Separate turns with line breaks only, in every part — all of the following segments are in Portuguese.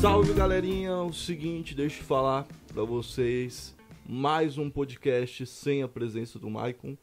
Salve galerinha, o seguinte, deixa eu falar pra vocês mais um podcast sem a presença do Maicon.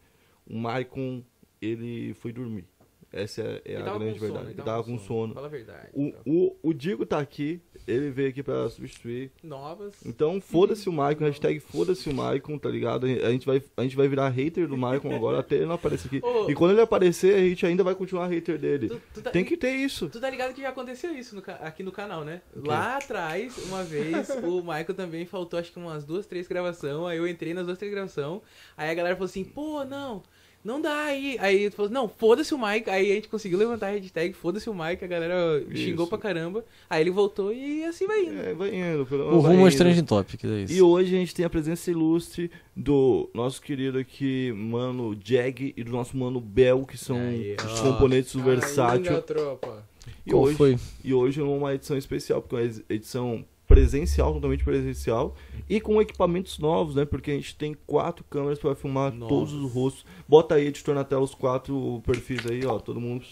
O Maicon, ele foi dormir. Essa é, é
Ele
a
tava
grande
com sono,
verdade.
ele
ele tava com sono.
Fala a verdade.
O,
Tá.
o, o Digo tá aqui, ele veio aqui pra substituir.
Novas.
Então, foda-se o Maicon, hashtag foda-se o Maicon, tá ligado? A gente vai, a gente vai virar hater do Maicon agora até ele não aparecer aqui.
Ô.
E quando ele aparecer, a gente ainda vai continuar hater dele.
Tu, tu tá,
Tem que ter isso.
tu tá ligado que já aconteceu isso no ca- aqui no canal, né? Lá atrás, uma vez, o Michael também faltou acho que umas duas, três gravações. Aí eu entrei nas duas, três gravações. Aí a galera falou assim, pô, não. Não dá aí. Aí tu falou, assim, não, foda-se o Mike. Aí a gente conseguiu levantar a hashtag, foda-se o Mike. A galera xingou
Isso.
pra caramba. Aí ele voltou e assim vai indo.
É, vai indo,
O rumo é Strange Topic, é isso.
E hoje a gente tem a presença ilustre do nosso querido aqui, mano Jag, e do nosso mano Bel, que são
Aí,
os
ó.
componentes do Versátil.
tropa.
E
Qual
hoje,
foi?
e hoje é uma edição especial, porque é uma edição presencial, totalmente presencial, e com equipamentos novos, né? Porque a gente tem quatro câmeras pra filmar
Nossa.
todos os rostos. Bota aí, editor, na tela os quatro perfis aí, ó, todo mundo...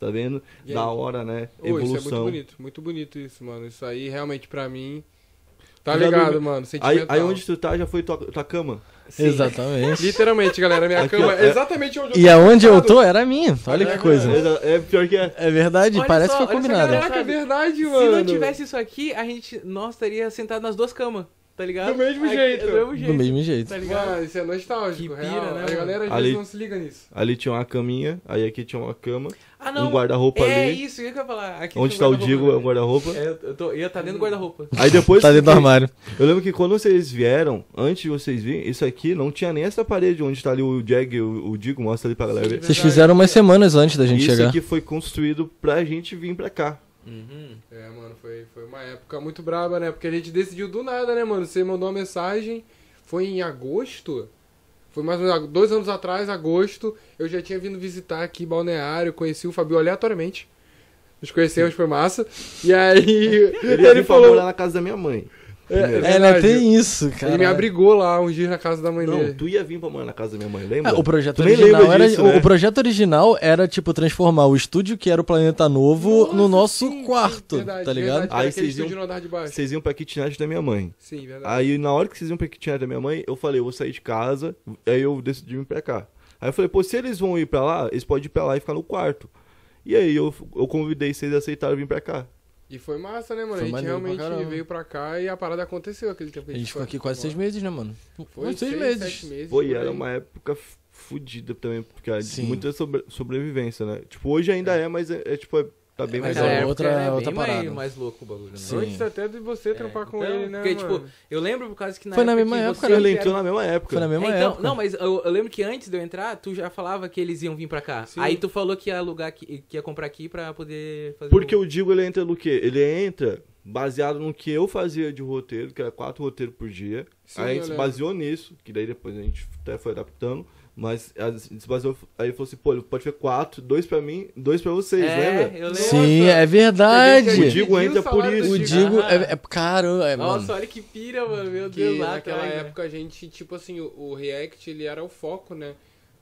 Tá vendo?
E aí?
Da hora, né?
Ô, isso é muito
Evolução.
bonito, muito bonito isso, mano. Isso aí realmente pra mim. Tá
Eu já
ligado,
dormi-
mano.
Aí,
Sentimental.
aí onde tu tá já foi tua, tua cama?
Exatamente.
Literalmente, galera, minha
Aqui, ó,
cama
é-
é exatamente onde
E
eu
aonde eu tô era a minha. Olha que coisa.
É, é pior que é.
É verdade,
Olha
parece
só,
que
olha
foi
só,
combinado.
galera.
Caraca, é verdade, mano.
Se não tivesse isso aqui, a gente, nós estaria sentado nas duas camas, tá ligado?
Do mesmo
Aqui-
jeito.
Do mesmo jeito.
Do mesmo jeito.
Tá ligado?
Ah,
Mano, isso é nostálgico,
Que
real.
pira, né,
a galera às
mano? Ali-
vezes não se liga nisso.
Ali tinha uma caminha, aí aqui tinha uma cama,
Ah,
um
não.
guarda-roupa
é
ali.
isso, eu ia falar. Aqui
onde
tem
tá o
guarda-roupa,
Digo é o
né?
guarda-roupa.
É, eu tô, eu ia tá dentro do guarda-roupa.
Aí depois.
Tá dentro do armário.
Eu lembro que quando vocês vieram, antes de vocês virem, isso aqui não tinha nem essa parede onde tá ali o Jag, o, o Digo, mostra ali pra galera ver.
Vocês fizeram umas semanas antes da gente
Isso
chegar.
aqui foi construído pra gente vir pra cá.
Uhum.
É, mano, foi, foi uma época muito braba, né? Porque a gente decidiu do nada, né, mano? Você mandou uma mensagem, foi em agosto? Foi mais ou menos dois anos atrás, agosto. Eu já tinha vindo visitar aqui Balneário, conheci o Fabio aleatoriamente. Nos conhecemos, foi massa. E aí
Ele,
ele,
ele falou
falou.
lá na casa da minha mãe.
É, é
É,
verdade.
né? Tem isso, cara.
Ele me abrigou lá uns dias na casa da mãe
Não,
dele.
tu ia vir pra morar na casa da minha mãe, lembra?
Ah, o projeto
Tu nem
original
lembra
era
disso,
o-
né?
o projeto original era tipo transformar o estúdio que era o planeta novo no
Nossa,
nosso
sim,
quarto,
sim, verdade,
tá ligado?
Verdade,
Aí
Aí
vocês
vocês
iam-
no andar de baixo.
Vocês iam pra kitnet da minha mãe.
Sim, verdade.
Aí na hora que vocês iam pra kitnet da minha mãe, eu falei, eu vou sair de casa, aí eu decidi vir pra cá. Aí eu falei, pô, se eles vão ir pra lá, eles podem ir pra lá e ficar no quarto. E aí eu, eu convidei vocês aceitaram vir pra cá.
E foi massa, né, mano?
Foi
a gente
maneiro pra
realmente
caramba.
veio pra cá e a parada aconteceu aquele tempo que
A gente ficou aqui
foi-
quase seis meses, né, mano?
Foi
Uns seis
seis,
meses.
sete meses.
Pô, e
por aí.
era uma época f- fudida também, porque era de
Sim.
muita sobre- sobrevivência, né? Tipo, hoje ainda é, mas é, é, tipo, é- tá bem mais
Mas é
alto.
era
outra-
época, né,
outra
bem mais-
parada.
mais louco o bagulho, né?
Sim.
Antes até de você trampar com
Então,
ele, né?
porque,
mano?
tipo, eu lembro por causa que na
Foi na
época
mesma
que
época,
vocês
né?
Ele entrou
vieram-
na mesma época.
Foi na mesma
É, então,
época.
não, mas eu, eu lembro que antes de eu entrar, tu já falava que eles iam vir pra cá.
Sim.
Aí tu falou que ia alugar, aqui, que ia comprar aqui pra poder fazer. um-
Porque
o...
o Digo, ele entra no quê? Ele entra baseado no que eu fazia de roteiro, que era quatro roteiros por dia.
Sim,
aí a
eu
gente se
lembro.
baseou nisso, que daí depois a gente até foi adaptando. Mas a gente se baseou, aí falou assim, pô, ele pode ser quatro, dois pra mim, dois pra vocês,
é,
lembra?
eu lembro.
Sim, é
O
verdade.
Digo entra por isso.
O Digo
ah.
é, é caro, é, mano.
Nossa, olha que pira, mano. Meu Deus,
Que
lá
naquela
atrás, né?
época a gente, tipo assim, o, o React ele era o foco, né?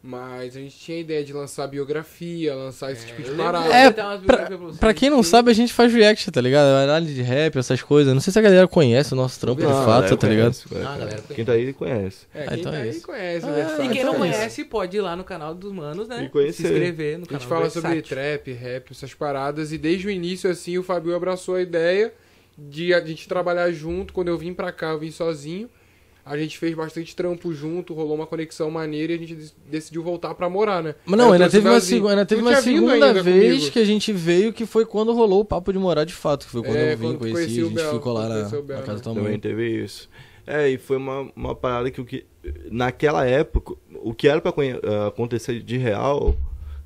Mas a gente tinha a ideia de lançar biografia, lançar esse tipo
né? eu
de
lembro
parada.
disso.
É,
Tem umas
pra,
biografias
pra quem não sabe, a gente faz react, tá ligado? Análise de rap, essas coisas. Não sei se a galera conhece o nosso trampo de
Não,
fato,
galera
tá ligado?
conhece, galera
Ah, galera
conhece.
conhece.
Quem tá aí, ele conhece.
É,
Ah,
quem
então
tá
é
aí
isso.
conhece,
Ah,
o
é,
E
Versátil.
quem não
Então é isso.
conhece, pode ir lá no canal dos manos, né?
E conhecer.
Se inscrever no
A
canal.
gente fala sobre
Versátil.
trap, rap, essas paradas. E desde o início, assim, o Fabio abraçou a ideia de a gente trabalhar junto. Quando eu vim pra cá, eu vim sozinho. A gente fez bastante trampo junto, rolou uma conexão maneira e a gente des- decidiu voltar pra morar, né?
Mas
Aí eu
não, ainda
trouxe o
teve, uma,
Brasil.
segu- ainda teve
Tu
uma
tinha vindo
segunda
ainda
vez
comigo.
que a gente veio, que foi quando rolou o papo de morar de fato, que foi quando
É,
eu vim,
quando tu
conheci, a
conhecia o
gente
Bel,
ficou lá
quando
na,
conheceu o Bel,
na casa
né?
da tua
Também
mãe.
teve isso. É, e foi uma, uma parada que, o que naquela época, o que era pra conhe- ah, acontecer de real,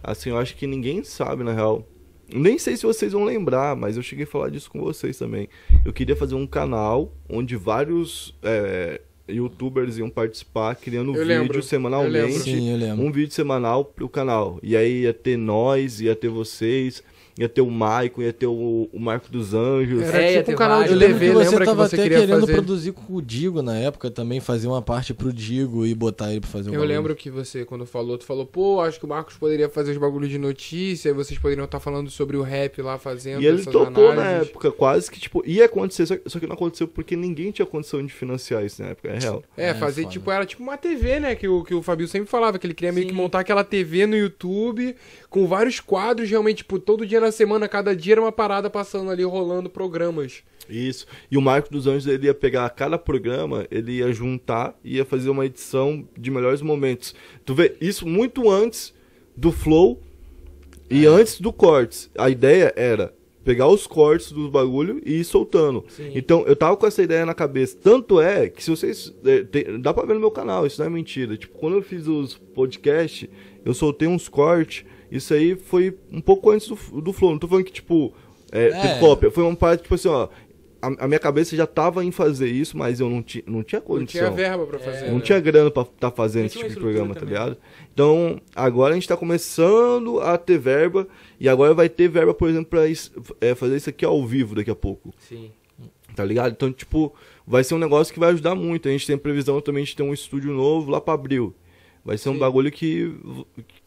assim, eu acho que ninguém sabe, na real. Nem sei se vocês vão lembrar, mas eu cheguei a falar disso com vocês também. Eu queria fazer um canal onde vários é, youtubers iam participar, criando
Eu
vídeo
lembro, eu
semanalmente.
lembro.
Sim, eu lembro.
Um vídeo semanal pro canal. E aí ia ter nós, ia ter vocês. ia ter o Maicon, ia ter o, o Marco dos Anjos.
Era
É, ia
tipo
ter
um canal de
Eu
vários.
lembro
TV,
que você
lembra que
tava
você
até
queria
querendo
fazer?
produzir com o Digo na época também, fazer uma parte pro Digo e botar ele pra fazer um
Eu
bagulho.
lembro que você, quando falou, tu falou, pô, acho que o Marcos poderia fazer os bagulhos de notícia, e vocês poderiam estar falando sobre o rap lá fazendo.
E ele né?
essas
tocou na
análises.
época, quase que, tipo, ia acontecer, só, só que não aconteceu porque ninguém tinha condição de financiar isso na época, é real.
É,
É,
fazer
foda.
tipo, era tipo uma TV, né? Que o, que o Fabio sempre falava, que ele queria meio que
Sim.
montar aquela TV no YouTube, com vários quadros realmente, tipo, todo dia na semana, cada dia era uma parada passando ali, rolando programas.
Isso. E o Marco dos Anjos, ele ia pegar cada programa, ele ia juntar e ia fazer uma edição de melhores momentos. Tu vê, isso muito antes do Flow e antes do Cortes. A ideia era pegar os cortes dos bagulho e ir soltando.
Sim.
Então, eu tava com essa ideia na cabeça. Tanto é que se vocês... é, tem- dá pra ver no meu canal, isso não é mentira. Tipo, quando eu fiz os podcasts, eu soltei uns cortes. Isso aí foi um pouco antes do, do Flow. Não tô falando que, tipo... É,
É.
teve cópia. Foi uma parte, tipo assim, ó... A, a minha cabeça já tava em fazer isso, mas eu não, ti, não tinha
Não
condição.
tinha verba pra fazer.
então. É. Não
né?
tinha grana pra estar fazendo
Não
esse
tinha
tipo de
uma estrutura
programa, tá
também.
ligado? Então, agora a gente tá começando a ter verba. E agora vai ter verba, por exemplo, pra is- é, fazer isso aqui ao vivo daqui a pouco,
Sim.
tá ligado? Então, tipo, vai ser um negócio que vai ajudar muito. A gente tem previsão também de ter um estúdio novo lá pra abril. Vai ser um
Sim.
bagulho que,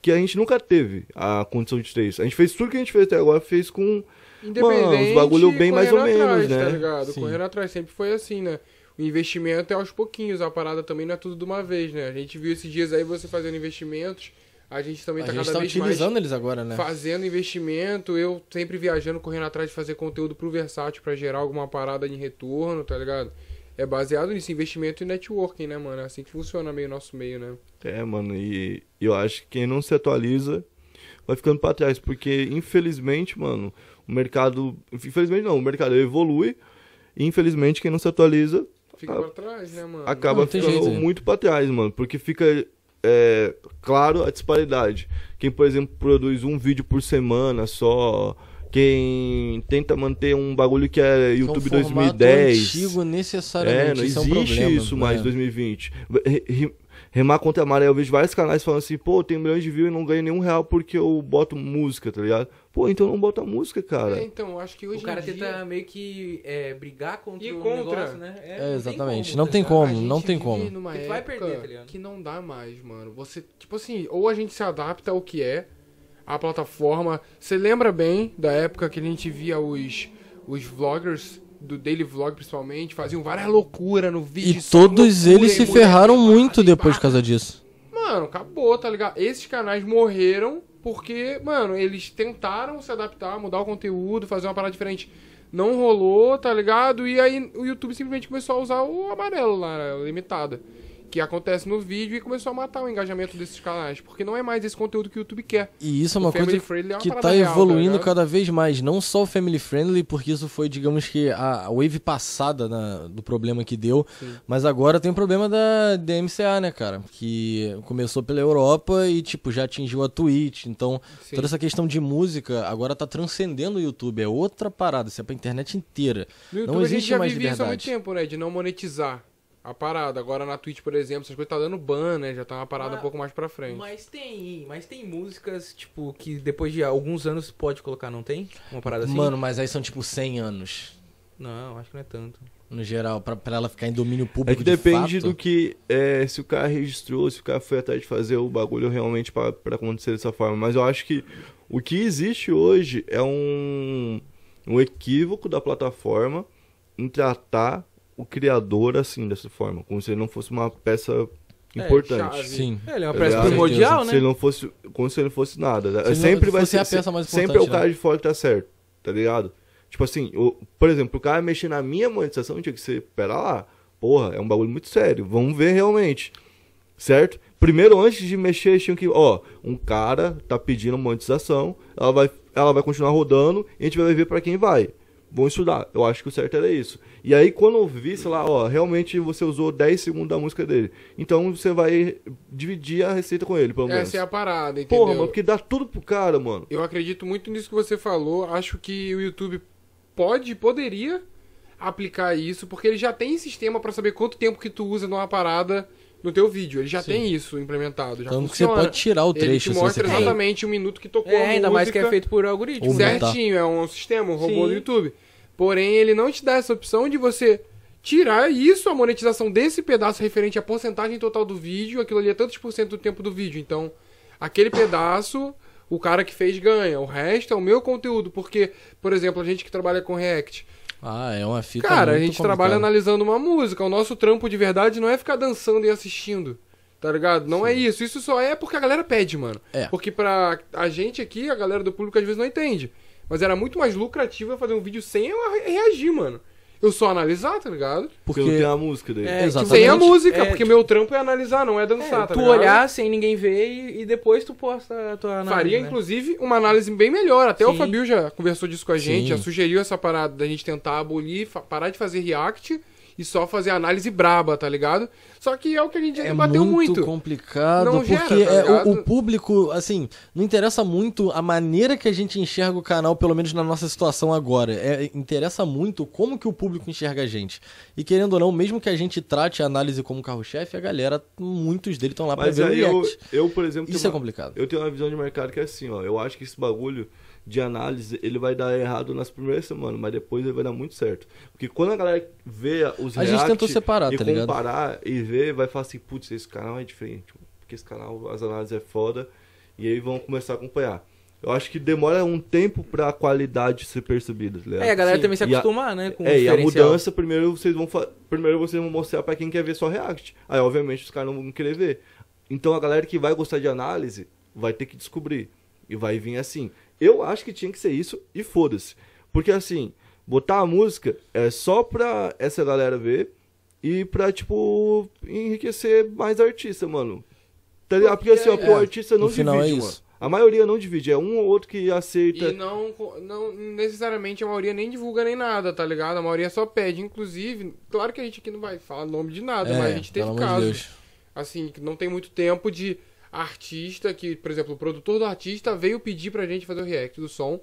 que a gente nunca teve a condição de ter isso. A gente fez tudo que a gente fez até agora, fez com. Mano, os bagulho bem mais ou
correndo
menos,
atrás,
né?
Tá ligado?
Sim.
Correndo atrás sempre foi assim, né? O investimento é aos pouquinhos, a parada também não é tudo de uma vez, né? A gente viu esses dias aí você fazendo investimentos, a gente também
A
tá
gente
cada
tá
vez mais
utilizando eles agora, né?
fazendo investimento, eu sempre viajando, correndo atrás de fazer conteúdo pro Versátil pra gerar alguma parada em retorno, tá ligado? É baseado nisso, investimento e networking, né, mano? É assim que funciona meio nosso meio, né?
É, mano, e eu acho que quem não se atualiza vai ficando pra trás, porque infelizmente, mano, o mercado, infelizmente não, o mercado evolui e infelizmente quem não se atualiza
Fica
Ah,
pra trás, né, mano?
acaba
Não, tem
ficando
jeito, né?
muito pra trás, mano, porque fica é, claro a disparidade. Quem, por exemplo, produz um vídeo por semana só, quem tenta manter um bagulho que é
Que é um
YouTube
formato
2010.
antigo
É,
necessariamente.
não
isso é um
existe
problema,
isso mais
né?
2020. Re- re- Remar contra a maré, eu vejo vários canais falando assim, pô, tem milhões de views e não ganho nenhum real porque eu boto música, tá ligado? Pô, então não bota música,
É,
cara.
então, acho que hoje
O cara
em dia...
tenta meio que é, brigar contra
E
o
contra.
negócio, né? É, não
É,
tem
exatamente.
como,
Não
tá
tem
ligado?
como,
A gente
não tem
vive
como.
numa
Porque tu vai
época
perder, tá ligado?
que não dá mais, mano. Você, tipo assim, ou a gente se adapta ao que é a plataforma. Você lembra bem da época que a gente via os os vloggers do Daily Vlog principalmente, faziam várias loucuras no vídeo.
E
só
todos
loucura,
eles
e
se
mulher
ferraram
pelada,
muito
e
depois
pá.
por causa disso.
Mano, acabou, tá ligado? Esses canais morreram porque, mano, eles tentaram se adaptar, mudar o conteúdo, fazer uma parada diferente. Não rolou, tá ligado? E aí o YouTube simplesmente começou a usar o amarelo lá, né, o limitado. Que acontece no vídeo e começou a matar o engajamento desses canais. Porque não é mais esse conteúdo que o YouTube quer.
E isso é uma
O family
coisa
friendly é uma
que
parada
tá
real, tá
evoluindo
ligado?
cada vez mais. Não só o family friendly, porque isso foi, digamos que, a a wave passada na- do problema que deu. Mas agora tem o problema da DMCA, né, cara? Que começou pela Europa e, tipo, já atingiu a Twitch. Então,
Sim.
toda essa questão de música agora tá transcendendo o YouTube. É outra parada. Isso é pra internet inteira.
No YouTube
não
a gente
existe
já
mais
vivia isso há muito
liberdade.
tempo, né? De não monetizar a parada. Agora na Twitch, por exemplo, essas coisas tá dando ban, né? Já tá uma parada
Mas-
um pouco mais pra frente.
Mas tem, mas tem músicas, tipo, que depois de alguns anos pode colocar, não tem? Uma parada assim?
Mano, mas aí são, tipo, 100 anos.
Não, acho que não é tanto.
No geral, pra, pra ela ficar em domínio
É que
público de
depende
fato.
do que. é, se o cara registrou, se o cara foi atrás de fazer o bagulho realmente pra pra acontecer dessa forma. Mas eu acho que o que existe hoje é um, um equívoco da plataforma em tratar o criador assim, dessa forma. Como se ele não fosse uma peça
É,
importante.
chave.
Sim.
É, ele é uma
Tá
peça
ligado?
primordial,
Se ele
né?
não fosse, como se ele não fosse nada. né?
Se ele
sempre
não
vai
fosse
ser
a peça mais
sempre é o
importante,
cara
né?
de fora que tá certo, tá ligado? Tipo assim, o- por exemplo, o cara mexer na minha monetização tinha que ser, pera lá, porra, é um bagulho muito sério, vamos ver realmente, certo? Primeiro, antes de mexer, eles tinham que, ó, um cara tá pedindo monetização, ela vai, ela vai continuar rodando e a gente vai ver pra quem vai. Vão estudar, eu acho que o certo era isso. E aí, quando eu vi, sei lá, ó, realmente você usou 10 segundos da música dele. Então você vai dividir a receita com ele, pelo menos.
Essa é a parada, entendeu?
Porra, mano, porque dá tudo pro cara, mano.
Eu acredito muito nisso que você falou. Acho que o YouTube pode, poderia aplicar isso, porque ele já tem sistema pra saber quanto tempo que tu usa numa parada no teu vídeo. Ele já
Sim.
tem isso implementado. Já
Tanto que você
funciona.
pode tirar o
Ele
trecho
te
se
mostra
você quiser.
exatamente o minuto que tocou a
É, ainda mais que
música.
é feito por algoritmo.
Ou
né?
aumentar.
certinho, é um sistema, um robô
Sim.
do YouTube. Porém, ele não te dá essa opção de você tirar isso, a monetização desse pedaço referente à porcentagem total do vídeo, aquilo ali é tantos por cento do tempo do vídeo. Então, aquele pedaço, o cara que fez ganha, o resto é o meu conteúdo, porque, por exemplo, a gente que trabalha com React,
Ah, é uma
tá
fita
Cara, a
muito
gente trabalha
complicada.
analisando uma música. O nosso trampo de verdade não é ficar dançando e assistindo. Tá ligado? Não é isso. Isso só é porque a galera pede, mano.
É.
Porque pra a gente aqui, a galera do público às vezes não entende. Mas era muito mais lucrativo eu fazer um vídeo sem eu re- reagir, mano. Eu só analisar, tá ligado?
Porque não tem a música dele.
É,
Exatamente.
Sem a música,
É,
porque
tipo-
meu trampo é analisar, não é
É,
dançar, tá
tu
ligado?
olhar sem ninguém ver e, e depois tu posta a tua análise.
Faria,
né?
inclusive, uma análise bem melhor. Até o
Sim.
Fabio já conversou disso com a gente,
Sim.
já sugeriu essa parada da gente tentar abolir, fa- parar de fazer react e só fazer análise braba, tá ligado? Só que é o que a gente já
É
debateu muito.
muito complicado,
Não gera,
porque
tá
é, o-
ligado?
o, público, assim, não interessa muito a maneira que a gente enxerga o canal, pelo menos na nossa situação agora. É, interessa muito como que o público enxerga a gente. E querendo ou não, mesmo que a gente trate a análise como carro-chefe, a galera, muitos deles estão lá pra
Mas
ver o
aí eu,
react.
eu, por exemplo,
Isso é
tenho uma-
complicado.
eu tenho uma visão de mercado que é assim, ó. Eu acho que esse bagulho de análise, ele vai dar errado nas primeiras semanas, mas depois ele vai dar muito certo. Porque quando a galera vê os
A gente
react
tentou separar,
e
tá ligado?
comparar e ver, vai falar assim, putz, esse canal é diferente, porque esse canal, as análises é foda, e aí vão começar a acompanhar. Eu acho que demora um tempo pra qualidade ser percebida, tá ligado?
É, a galera
Sim.
também se
E a-
acostumar, né? Com o
É, e a
diferencial.
mudança, primeiro vocês vão fa- primeiro vocês vão mostrar pra quem quer ver só React. Aí, obviamente, os caras não vão querer ver. Então a galera que vai gostar de análise vai ter que descobrir. E vai vir assim. Eu acho que tinha que ser isso e foda-se. Porque assim, botar a música é só pra essa galera ver e pra, tipo, enriquecer mais artista, mano. Tá ligado? Porque assim, ó, porque o artista não
no final é
divide,
isso.
mano. A maioria não divide, é um ou outro que aceita.
E não, não necessariamente a maioria nem divulga nem nada, tá ligado? A maioria só pede. Inclusive, claro que a gente aqui não vai falar nome de nada,
É,
mas a gente teve casos. assim, que não tem muito tempo de artista que, por exemplo, o produtor do artista veio pedir pra gente fazer o react do som.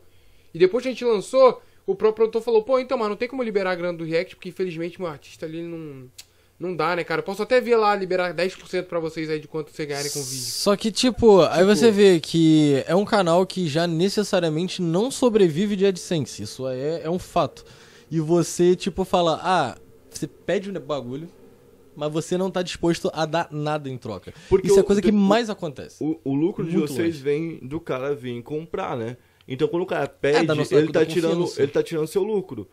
E depois que a gente lançou, o próprio produtor falou: "Pô, então, mas não tem como liberar a grana do react, porque infelizmente meu artista ali não não dá, né, cara? Eu posso até ver lá liberar 10% pra vocês aí de quanto vocês ganharem com o vídeo.
Só que, tipo, aí você vê que é um canal que já necessariamente não sobrevive de AdSense. Isso é, é um fato. E você, tipo, fala, ah, você pede o bagulho, mas você não tá disposto a dar nada em troca.
Porque
Isso é
o-
a coisa que
o-
mais acontece.
O, o lucro de
Muito
vocês
longe.
vem do cara vir comprar, né? Então quando o cara pede,
É, da nossa-
ele,
da
tá tirando,
confiança.
ele tá tirando seu lucro.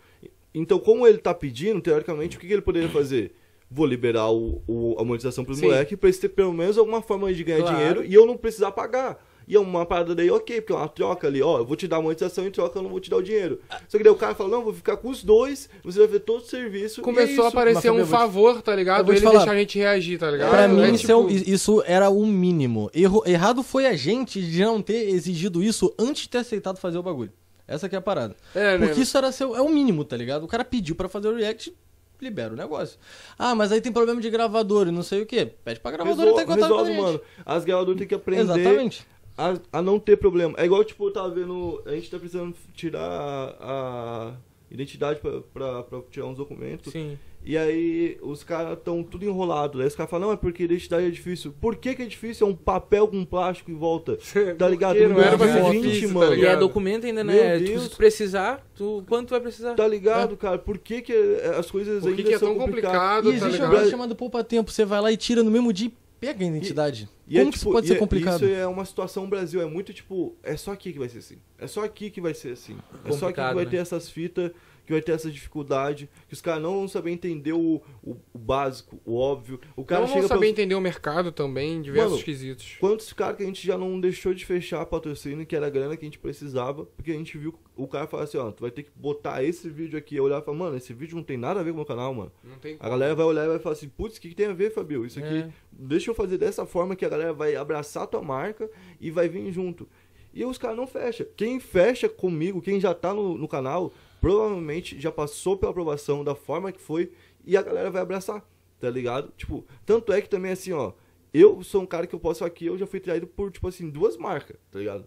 Então, como ele tá pedindo, teoricamente, o que, que ele poderia fazer? Vou liberar o, o- a monetização pro
Sim.
moleque pra ele ter pelo menos alguma forma de ganhar
Claro.
dinheiro e eu não precisar pagar. E é uma parada daí, ok, porque é uma troca ali, ó, eu vou te dar a monetização em troca, eu não vou te dar o dinheiro.
Ah.
Só que daí o cara fala, não, vou ficar com os dois, você vai ver todo o serviço. e é
Começou a
isso.
aparecer
Mas, Fabio,
um
eu vou te-
favor, tá
eu
ligado?
vou te
Ele
falar.
deixar a gente reagir, tá ligado?
Pra
É
mim, isso, é o-
tipo-
isso era o mínimo. Erro, errado foi a gente de não ter exigido isso antes de ter aceitado fazer o bagulho. Essa que é a parada.
É, né?
Porque isso era seu, é o mínimo, tá ligado? O cara pediu pra fazer o react, libera o negócio. Ah, mas aí tem problema de gravador e não sei o quê. Pede pra gravadora
Resol-
entrar em contato com a
Resolve,
gente.
mano. As gravadoras têm que aprender.
Exatamente.
a, a não ter problema. É igual, tipo, eu tava vendo. A gente tá precisando tirar a, a identidade pra, pra, pra tirar uns documentos.
Sim.
E aí os caras estão tudo enrolado. Aí os caras falam, não, é porque identidade é difícil. Por que, que é difícil? É um papel com plástico em volta. Tá ligado?
Porque não
Um
era pra ser
2020,
difícil, tá
mano.
E é
ligado?
documento ainda,
Meu
né? Tipo,
Deus.
se tu precisar, tu... quanto tu vai precisar?
Tá ligado, cara? Por que, que as coisas
É. Por que
ainda
que é
são
tão complicado,
E
tá
existe um
ligado?
negócio chamado poupa tempo. Você vai lá e tira no mesmo dia e pega a identidade.
E
Como
é,
que
tipo,
isso pode
e
ser
é-
complicado?
Isso é uma situação Brasil, é muito tipo, é só aqui que vai ser assim. É só aqui que vai ser assim. É só aqui que
Complicado,
vai
né?
ter essas fitas, que vai ter essa dificuldade, que os caras não vão saber entender o, o, o básico, o óbvio. O cara
não
chega
vão saber
pelos-
entender o mercado também, em diversos
Mano,
quesitos.
Quantos caras que a gente já não deixou de fechar patrocínio, que era a grana que a gente precisava, porque a gente viu o cara falar assim, ó, tu vai ter que botar esse vídeo aqui, eu olhar e falar, mano, esse vídeo não tem nada a ver com o meu canal, mano.
Não tem
A galera vai olhar e vai falar assim, putz, o que, que tem a ver, Fabio? Isso aqui,
É.
deixa eu fazer dessa forma que a galera vai abraçar a tua marca e vai vir junto. E os caras não fecham. Quem fecha comigo, quem já tá no, no canal, provavelmente já passou pela aprovação da forma que foi e a galera vai abraçar, tá ligado? Tipo, tanto é que também assim, ó, eu sou um cara que eu posso aqui, eu já fui traído por, tipo assim, duas marcas, tá ligado?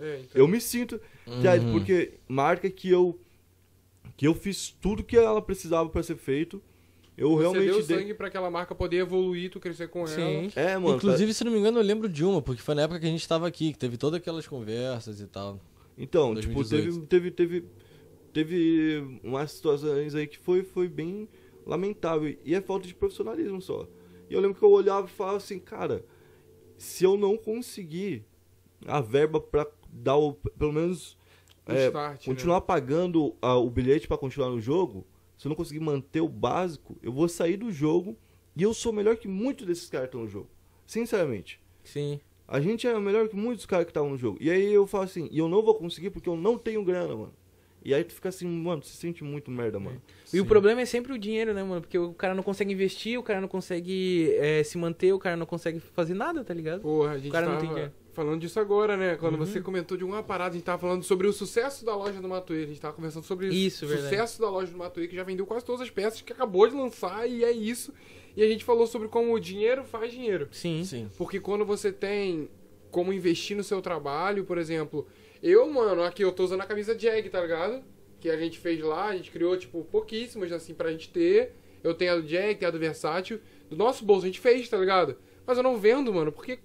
É, então.
Eu me sinto traído,
Uhum.
porque marca que eu que eu fiz tudo que ela precisava pra ser feito Eu
Você
realmente
deu
dei-
sangue pra aquela marca poder evoluir, tu crescer com
Sim.
É, mano.
Inclusive, se não me engano, eu lembro de uma, porque foi na época que a gente tava aqui, que teve todas aquelas conversas e tal.
Então,
2018.
tipo, teve, teve, teve, teve umas situações aí que foi, foi bem lamentável. E é falta de profissionalismo só. E eu lembro que eu olhava e falava assim, cara, se eu não conseguir a verba pra dar o, pelo menos
ela. Um
é,
start, né?
continuar pagando ah, o bilhete pra continuar no jogo, se eu não conseguir manter o básico, eu vou sair do jogo e eu sou melhor que muitos desses caras que estão no jogo. Sinceramente.
Sim.
A gente é melhor que muitos caras que estavam no jogo. E aí eu falo assim, e eu não vou conseguir porque eu não tenho grana, mano. E aí tu fica assim, mano, tu se sente muito merda, mano.
E o problema é sempre o dinheiro, né, mano? Porque o cara não consegue investir, o cara não consegue eh, se manter, o cara não consegue fazer nada, tá ligado?
Porra, a gente
O cara não
tava
tem dinheiro.
falando disso agora, né? Quando você comentou de uma parada, a gente tava falando sobre o sucesso da loja do Matuê. A gente tava conversando sobre
Isso,
o
verdade.
sucesso da loja do Matuê, que já vendeu quase todas as peças, que acabou de lançar, e é isso. E a gente falou sobre como o dinheiro faz dinheiro.
Sim.
Sim.
Porque quando você tem como investir no seu trabalho, por exemplo, eu, mano, aqui eu tô usando a camisa Jag, tá ligado? Que a gente fez lá, a gente criou, tipo, pouquíssimas, assim, pra gente ter. Eu tenho a do Jag, tenho a do Versátil. Do nosso bolso a gente fez, tá ligado? Mas eu não vendo, mano, porque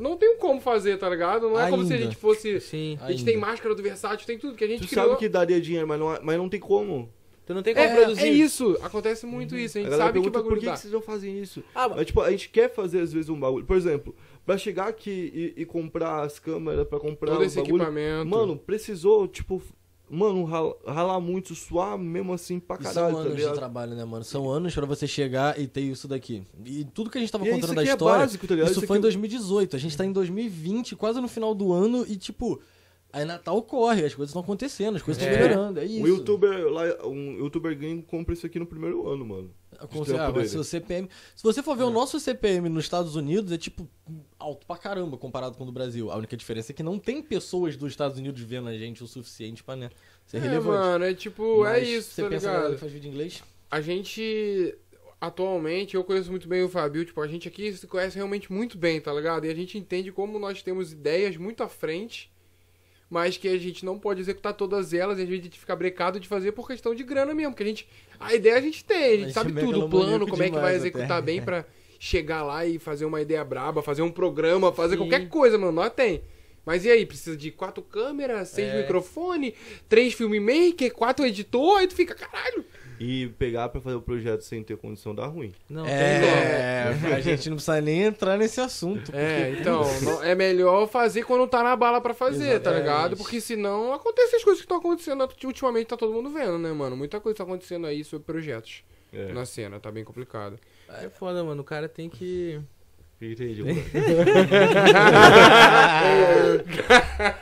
não tenho como fazer, tá ligado? Não é como se a
Ainda.
gente fosse.
Sim.
A gente
Ainda.
tem máscara do Versátil, tem tudo que a gente
Tu
criou.
sabe que daria dinheiro, mas não, mas não tem como.
Tu não tem
é,
como produzir.
é isso, acontece muito isso, a
Uhum. A
gente
galera
sabe que
pergunta,
bagulho
por que,
dá.
que vocês não fazem isso?
Ah,
Mas, tipo, a gente quer fazer às vezes um bagulho. Por exemplo, pra chegar aqui e, e comprar as câmeras, pra comprar
Todo
tá o
esse
bagulho,
equipamento.
Mano, precisou, tipo, mano, ral- ralar muito, suar mesmo assim pra
E
caralho,
são
tá
anos de
ligado?
trabalho, né, mano? São anos pra você chegar e ter isso daqui. E tudo que a gente tava
E isso
contando da
aqui é
história,
básico, tá ligado?
isso,
Isso
foi
aqui-
em 2018. A gente tá em 2020, quase no final do ano, e tipo, aí Natal corre, as coisas estão acontecendo, as coisas estão
É.
melhorando, é isso.
Um youtuber, lá, um youtuber gringo compra isso aqui no primeiro ano, mano.
Com-
de tempo
ah,
dele. É.
mas se o CPM. Se você for ver o nosso CPM nos Estados Unidos, é tipo alto pra caramba comparado com o do Brasil. A única diferença é que não tem pessoas dos Estados Unidos vendo a gente o suficiente pra né, ser
é,
relevante.
mano, é tipo, é
Mas
isso,
você
tá
pensa na
ligado?
galera que faz vídeo em inglês?
A gente, atualmente, eu conheço muito bem o Fabio, tipo, a gente aqui se conhece realmente muito bem, tá ligado? E a gente entende como nós temos ideias muito à frente, mas que a gente não pode executar todas elas e às vezes a gente fica brecado de fazer por questão de grana mesmo, porque a gente, a ideia a gente tem, a gente,
gente
sabe
é
tudo, o
megalomaníaco
plano, como é que vai
demais
executar
até.
bem pra chegar lá e fazer uma ideia braba, fazer um programa, fazer
Sim.
qualquer coisa, mano, nós tem. Mas e aí, precisa de quatro câmeras, seis
É.
microfones, três filmmaker, quatro editor, aí tu fica, caralho,
E pegar pra fazer o projeto sem ter condição dá ruim.
Não,
É, a gente não precisa nem entrar nesse assunto.
É, então, não- é melhor fazer quando tá na bala pra fazer, tá
Exatamente.
ligado? Porque senão acontecem as coisas que estão acontecendo. Ultimamente tá todo mundo vendo, né, mano? Muita coisa tá acontecendo aí sobre projetos
É.
na cena, tá bem complicado.
tem como. É foda, mano. O cara tem que.
Entendi, mano.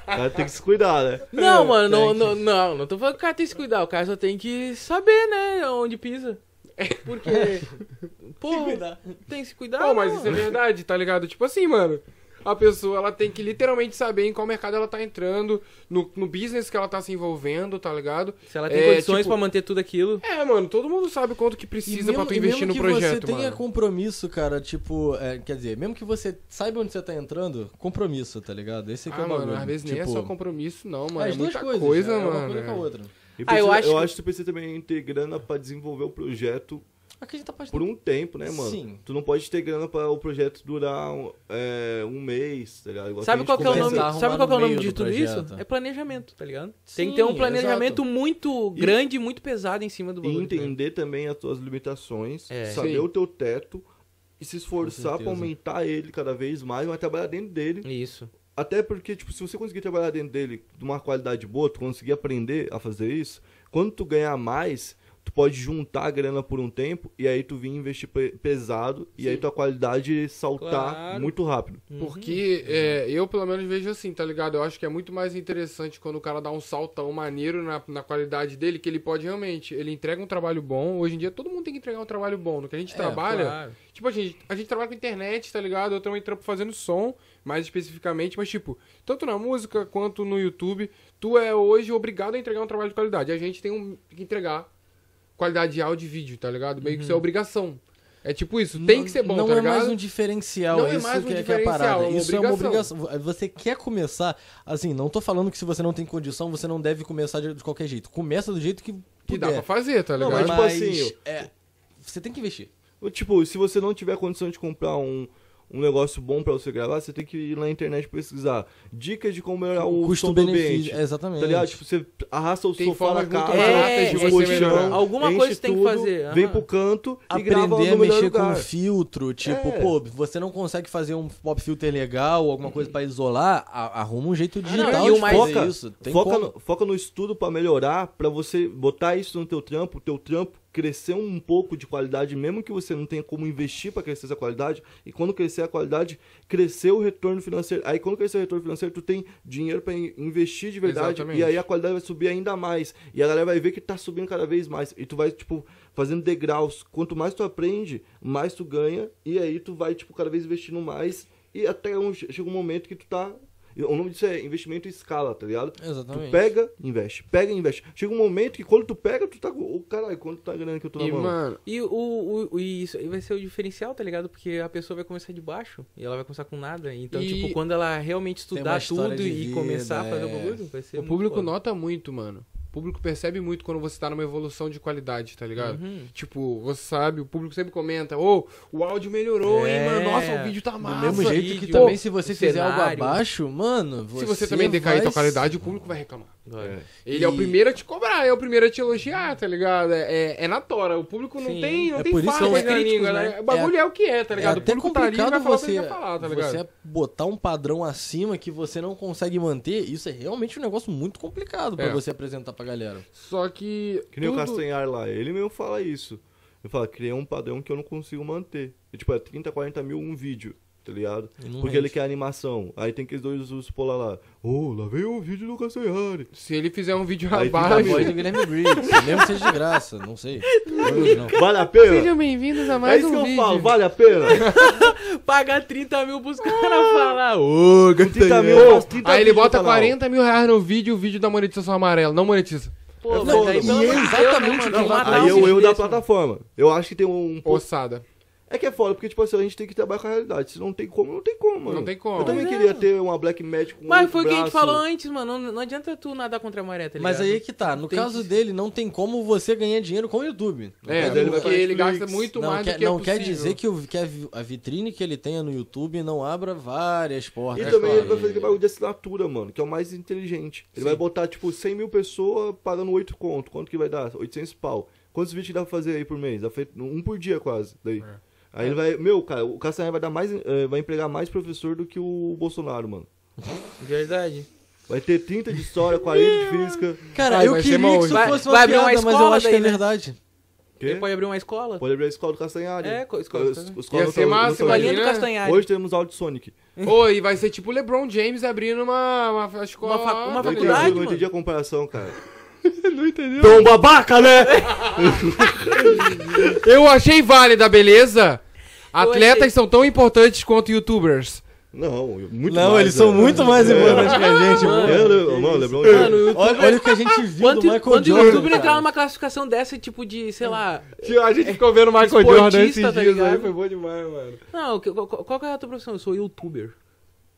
Ela tem que se cuidar, né?
É,
Não, mano,
tem
não,
que-
não, não, não tô falando que o cara tem que se cuidar, o cara só tem que saber, né, onde pisa.
É.
Porque. Pô, tem que cuidar. Tem que se cuidar.
Não, mas
não.
isso é verdade, tá ligado? Tipo assim, mano. A pessoa, ela tem que literalmente saber em qual mercado ela tá entrando, no, no business que ela tá se envolvendo, tá ligado?
Se ela tem
É,
condições
tipo-
pra manter tudo aquilo.
É, mano, todo mundo sabe quanto que
E
precisa
mesmo-
pra tu
e mesmo
investir no
que
projeto,
você tenha
mano.
compromisso, cara, tipo, é, quer dizer, mesmo que você saiba onde você tá entrando, compromisso, tá ligado? Esse aqui é
Ah,
o bagulho.
mano, às vezes nem é
tipo,
só compromisso, não, mano.
as duas
é muita
coisas,
coisa,
é
mano.
Uma coisa com a
é.
outra.
E
Ah, eu
precisa-
acho que-
que tu precisa também ter grana pra desenvolver o projeto
Aqui a gente tá
por
partindo.
um tempo, né, mano?
Sim.
Tu não pode ter grana pra o projeto durar um, é, um mês, tá ligado? Igual que
Sabe
a
qual
gente
que é o
conversa.
nome,
começa a
sabe qual
arrumar
que é o
no
nome
meio
de
do
tudo
projeto.
isso? É planejamento, tá ligado? tem
Sim,
que ter um planejamento
exato.
muito
E-
grande, muito pesado em cima do
E
bagulho. né? tá
entender também as tuas limitações,
É.
saber
Sim.
o teu teto e se esforçar pra
certeza.
aumentar ele cada vez mais, mas trabalhar dentro dele.
né? Isso.
Até porque, tipo, se você conseguir trabalhar dentro dele de uma qualidade boa, tu conseguir aprender a fazer isso, quando tu ganhar mais, tu pode juntar a grana por um tempo e aí tu vir investir pe- pesado e aí tua qualidade saltar
Claro.
muito rápido.
Uhum.
Porque é, eu, pelo menos, vejo assim, tá ligado? Eu acho que é muito mais interessante quando o cara dá um saltão maneiro na, na qualidade dele, que ele pode realmente. Ele entrega um trabalho bom. Hoje em dia, todo mundo tem que entregar um trabalho bom. No que a gente
É,
trabalha.
claro.
Tipo, a gente, a gente trabalha com internet, tá ligado? Eu também trampo fazendo som, mais especificamente. Mas, tipo, tanto na música quanto no YouTube, tu é hoje obrigado a entregar um trabalho de qualidade. A gente tem um, que entregar qualidade de áudio e vídeo, tá ligado? Meio que isso é obrigação. É tipo isso, tem que ser bom,
Uhum. Não
tá
é
ligado?
mais um diferencial,
Não é
isso
mais um
que, é- que é a
diferencial,
parada.
é uma
isso é uma obrigação. Você quer começar, assim, não tô falando que se você não tem condição, você não deve começar de, de qualquer jeito. Começa do jeito que
Que
puder.
dá pra fazer, tá
Não,
ligado?
mas, tipo assim,
é, Você tem que investir.
Ou, Tipo, se você não tiver condição de comprar um, um negócio bom pra você gravar, você tem que ir na internet pesquisar dicas de como
Tá
melhorar
um
o som do ambiente.
Custo-benefício. é, Exatamente.
Tá ligado? Tipo, você arrasta o
Tem
sofá na
formas muito
cara,
baratas de né?
enche
você
o colchão,
melhorar.
Alguma
enche
coisa você tem que
tudo,
fazer, aham.
Vem pro canto e grava
aprender a
no melhor
mexer
lugar.
com filtro, tipo,
É.
pô, você não consegue fazer um pop filter legal, alguma coisa pra isolar, a- arruma um
Ah,
jeito digital
não, e
de
o mais-
fazer
Foca-
isso. Tem
foca,
como.
no, foca no estudo pra melhorar, pra você botar isso no teu trampo, o teu trampo crescer um pouco de qualidade, mesmo que você não tenha como investir pra crescer essa qualidade, e quando crescer a qualidade, crescer o retorno financeiro. Aí quando crescer o retorno financeiro, tu tem dinheiro pra in- investir de verdade,
Exatamente.
e aí a qualidade vai subir ainda mais, e a galera vai ver que tá subindo cada vez mais, e tu vai, tipo, fazendo degraus. Quanto mais tu aprende, mais tu ganha, e aí tu vai, tipo, cada vez investindo mais, e até um, chega um momento que tu tá... O nome disso é investimento em escala, tá ligado?
Exatamente.
Tu pega, investe. Pega, investe. Chega um momento que quando tu pega, tu tá. Ô, caralho, quanto tá grande que eu tô na
E,
mão?
mano,
E o, o- o- e isso aí vai ser o diferencial, tá ligado? Porque a pessoa vai começar de baixo e ela vai começar com nada. Então,
E-
tipo, quando ela realmente
uma
estudar
história
tudo
de
e
vida,
começar a fazer o
é.
bagulho, vai ser
o
muito
público
foda.
nota muito, mano. O público percebe muito quando você tá numa evolução de qualidade, tá ligado?
Uhum.
Tipo, você sabe, o público sempre comenta, ô, o áudio melhorou, hein,
É.
mano? Nossa, o vídeo tá
Do
massa.
mesmo jeito que
vídeo,
também
pô,
se você
o
fizer
cenário.
algo abaixo, mano, você
Se você também decair
vai...
tua qualidade, o público vai reclamar.
Vai.
É.
Ele
E-
é o primeiro a te cobrar, é o primeiro a te elogiar, tá ligado? É, é, é na tora. O público não
Sim.
tem, não
É
tem
por isso que
farpa
são
na
os
língua,
críticos,
né?
né?
O bagulho é, o que é, tá ligado?
é
o
até
público tá ali, ele
complicado
vai falar o que
você,
ele quer falar, tá ligado?
você botar um padrão acima que você não consegue manter, isso é realmente um negócio muito complicado pra
É.
você apresentar pra galera.
Só que.
Que nem o
tudo-
Castanhar lá. Ele mesmo fala isso. Ele fala, criei um padrão que eu não consigo manter. E, tipo, é 30, 40 mil um vídeo, tá ligado?
E não
Porque
rende.
ele quer animação. Aí tem aqueles dois ursos polar lá. Ô, lá veio o vídeo do Castanhari.
Se ele fizer um vídeo
Aí
A
fica
voz
abaixo.
do Guilherme Briggs, mesmo que seja de graça, não sei. Provavelmente não.
Vale a pena?
Sejam bem-vindos a
É
mais
isso que
um
eu
vídeo.
falo, vale a pena?
Pagar 30 mil pros caras falar. Ô, tá
30 mil,
Ô,
faz 30
né? Aí ele
vídeos no
bota
canal.
40 mil reais no vídeo, o vídeo da monetização amarela. Não monetiza.
pô,
Eu
mas
foda,
aí,
mano.
pelo amor de Deus, né,
Exatamente
mano?
o que eu-
Matar
Aí
um
é o
vídeo
erro da
desse, mano.
plataforma. Eu acho que tem um. pouco-
Ossada.
É que é foda, porque, tipo assim, a gente tem que trabalhar com a realidade. Se não tem como, não tem como, mano.
Não tem como.
Eu também
Mas é.
queria ter uma Black Magic com
Mas
outro
foi o que a gente
braço.
falou antes, mano. Não, não adianta tu nadar contra a maré, tá ligado?
Mas aí é que tá. No
Tem
caso
que-
dele, não tem como você ganhar dinheiro com o YouTube. Não
É,
daí ele vai
porque
pra
ele
Netflix.
gasta muito
não
mais
quer,
do que é
não quer
possível.
dizer que, o- que a vi- a vitrine que ele tenha no YouTube não abra várias
E
portas.
também
cara.
ele vai fazer aquele bagulho de assinatura, mano, que é o mais inteligente. Ele vai botar, tipo, 100 mil pessoas pagando 8 conto. Quanto que vai dar? 800 pau. Quantos vídeos dá pra fazer aí por mês? Dá pra fe- Um por dia, quase. Daí.
É.
Aí
É.
ele vai. Meu, cara, o Castanhar vai dar mais. eh, vai empregar mais professor do que o Bolsonaro, mano.
Verdade.
Vai ter 30 de história, 40 de física.
Cara,
Vai,
eu
vai ser
queria
mal
que
hoje.
isso
Vai-
fosse uma
vai abrir uma
piada, mas eu
escola
acho que é
daí, né?
verdade.
Quê?
Ele pode abrir uma escola?
Pode abrir a escola do Castanhari.
É, co- escola do
Os,
Castanhari.
os escolas
Ia
não
ser
são- não
massa,
são
Escolinha
legais.
do
imagina-
Castanhari.
Hoje teremos áudio de Sonic.
Ô, e vai ser tipo o LeBron James abrindo uma, uma escola.
Uma fa- uma
Eu
tá
entendi-
ligado?
faculdade,
eu não
mano.
entendi a comparação, cara.
Não entendeu?
um
Tão babaca, né?
Eu achei válida, beleza? Atletas
achei-
são tão importantes quanto youtubers.
Não, muito
não,
mais,
eles são
né?
muito mais
É.
importantes que a gente.
Eu,
mano.
eu, mano, LeBron
Mano, o
Olha, olha o que a gente viu do
Quanto,
Michael
quando o
Jordan.
YouTube não
cara.
entrar numa classificação dessa, tipo de, sei lá.
A gente ficou vendo o
Michael Jordan esses Esportista, tá dias ligado? aí, foi
bom demais, mano.
Não, que- qual, qual que é a tua profissão? Eu sou youtuber.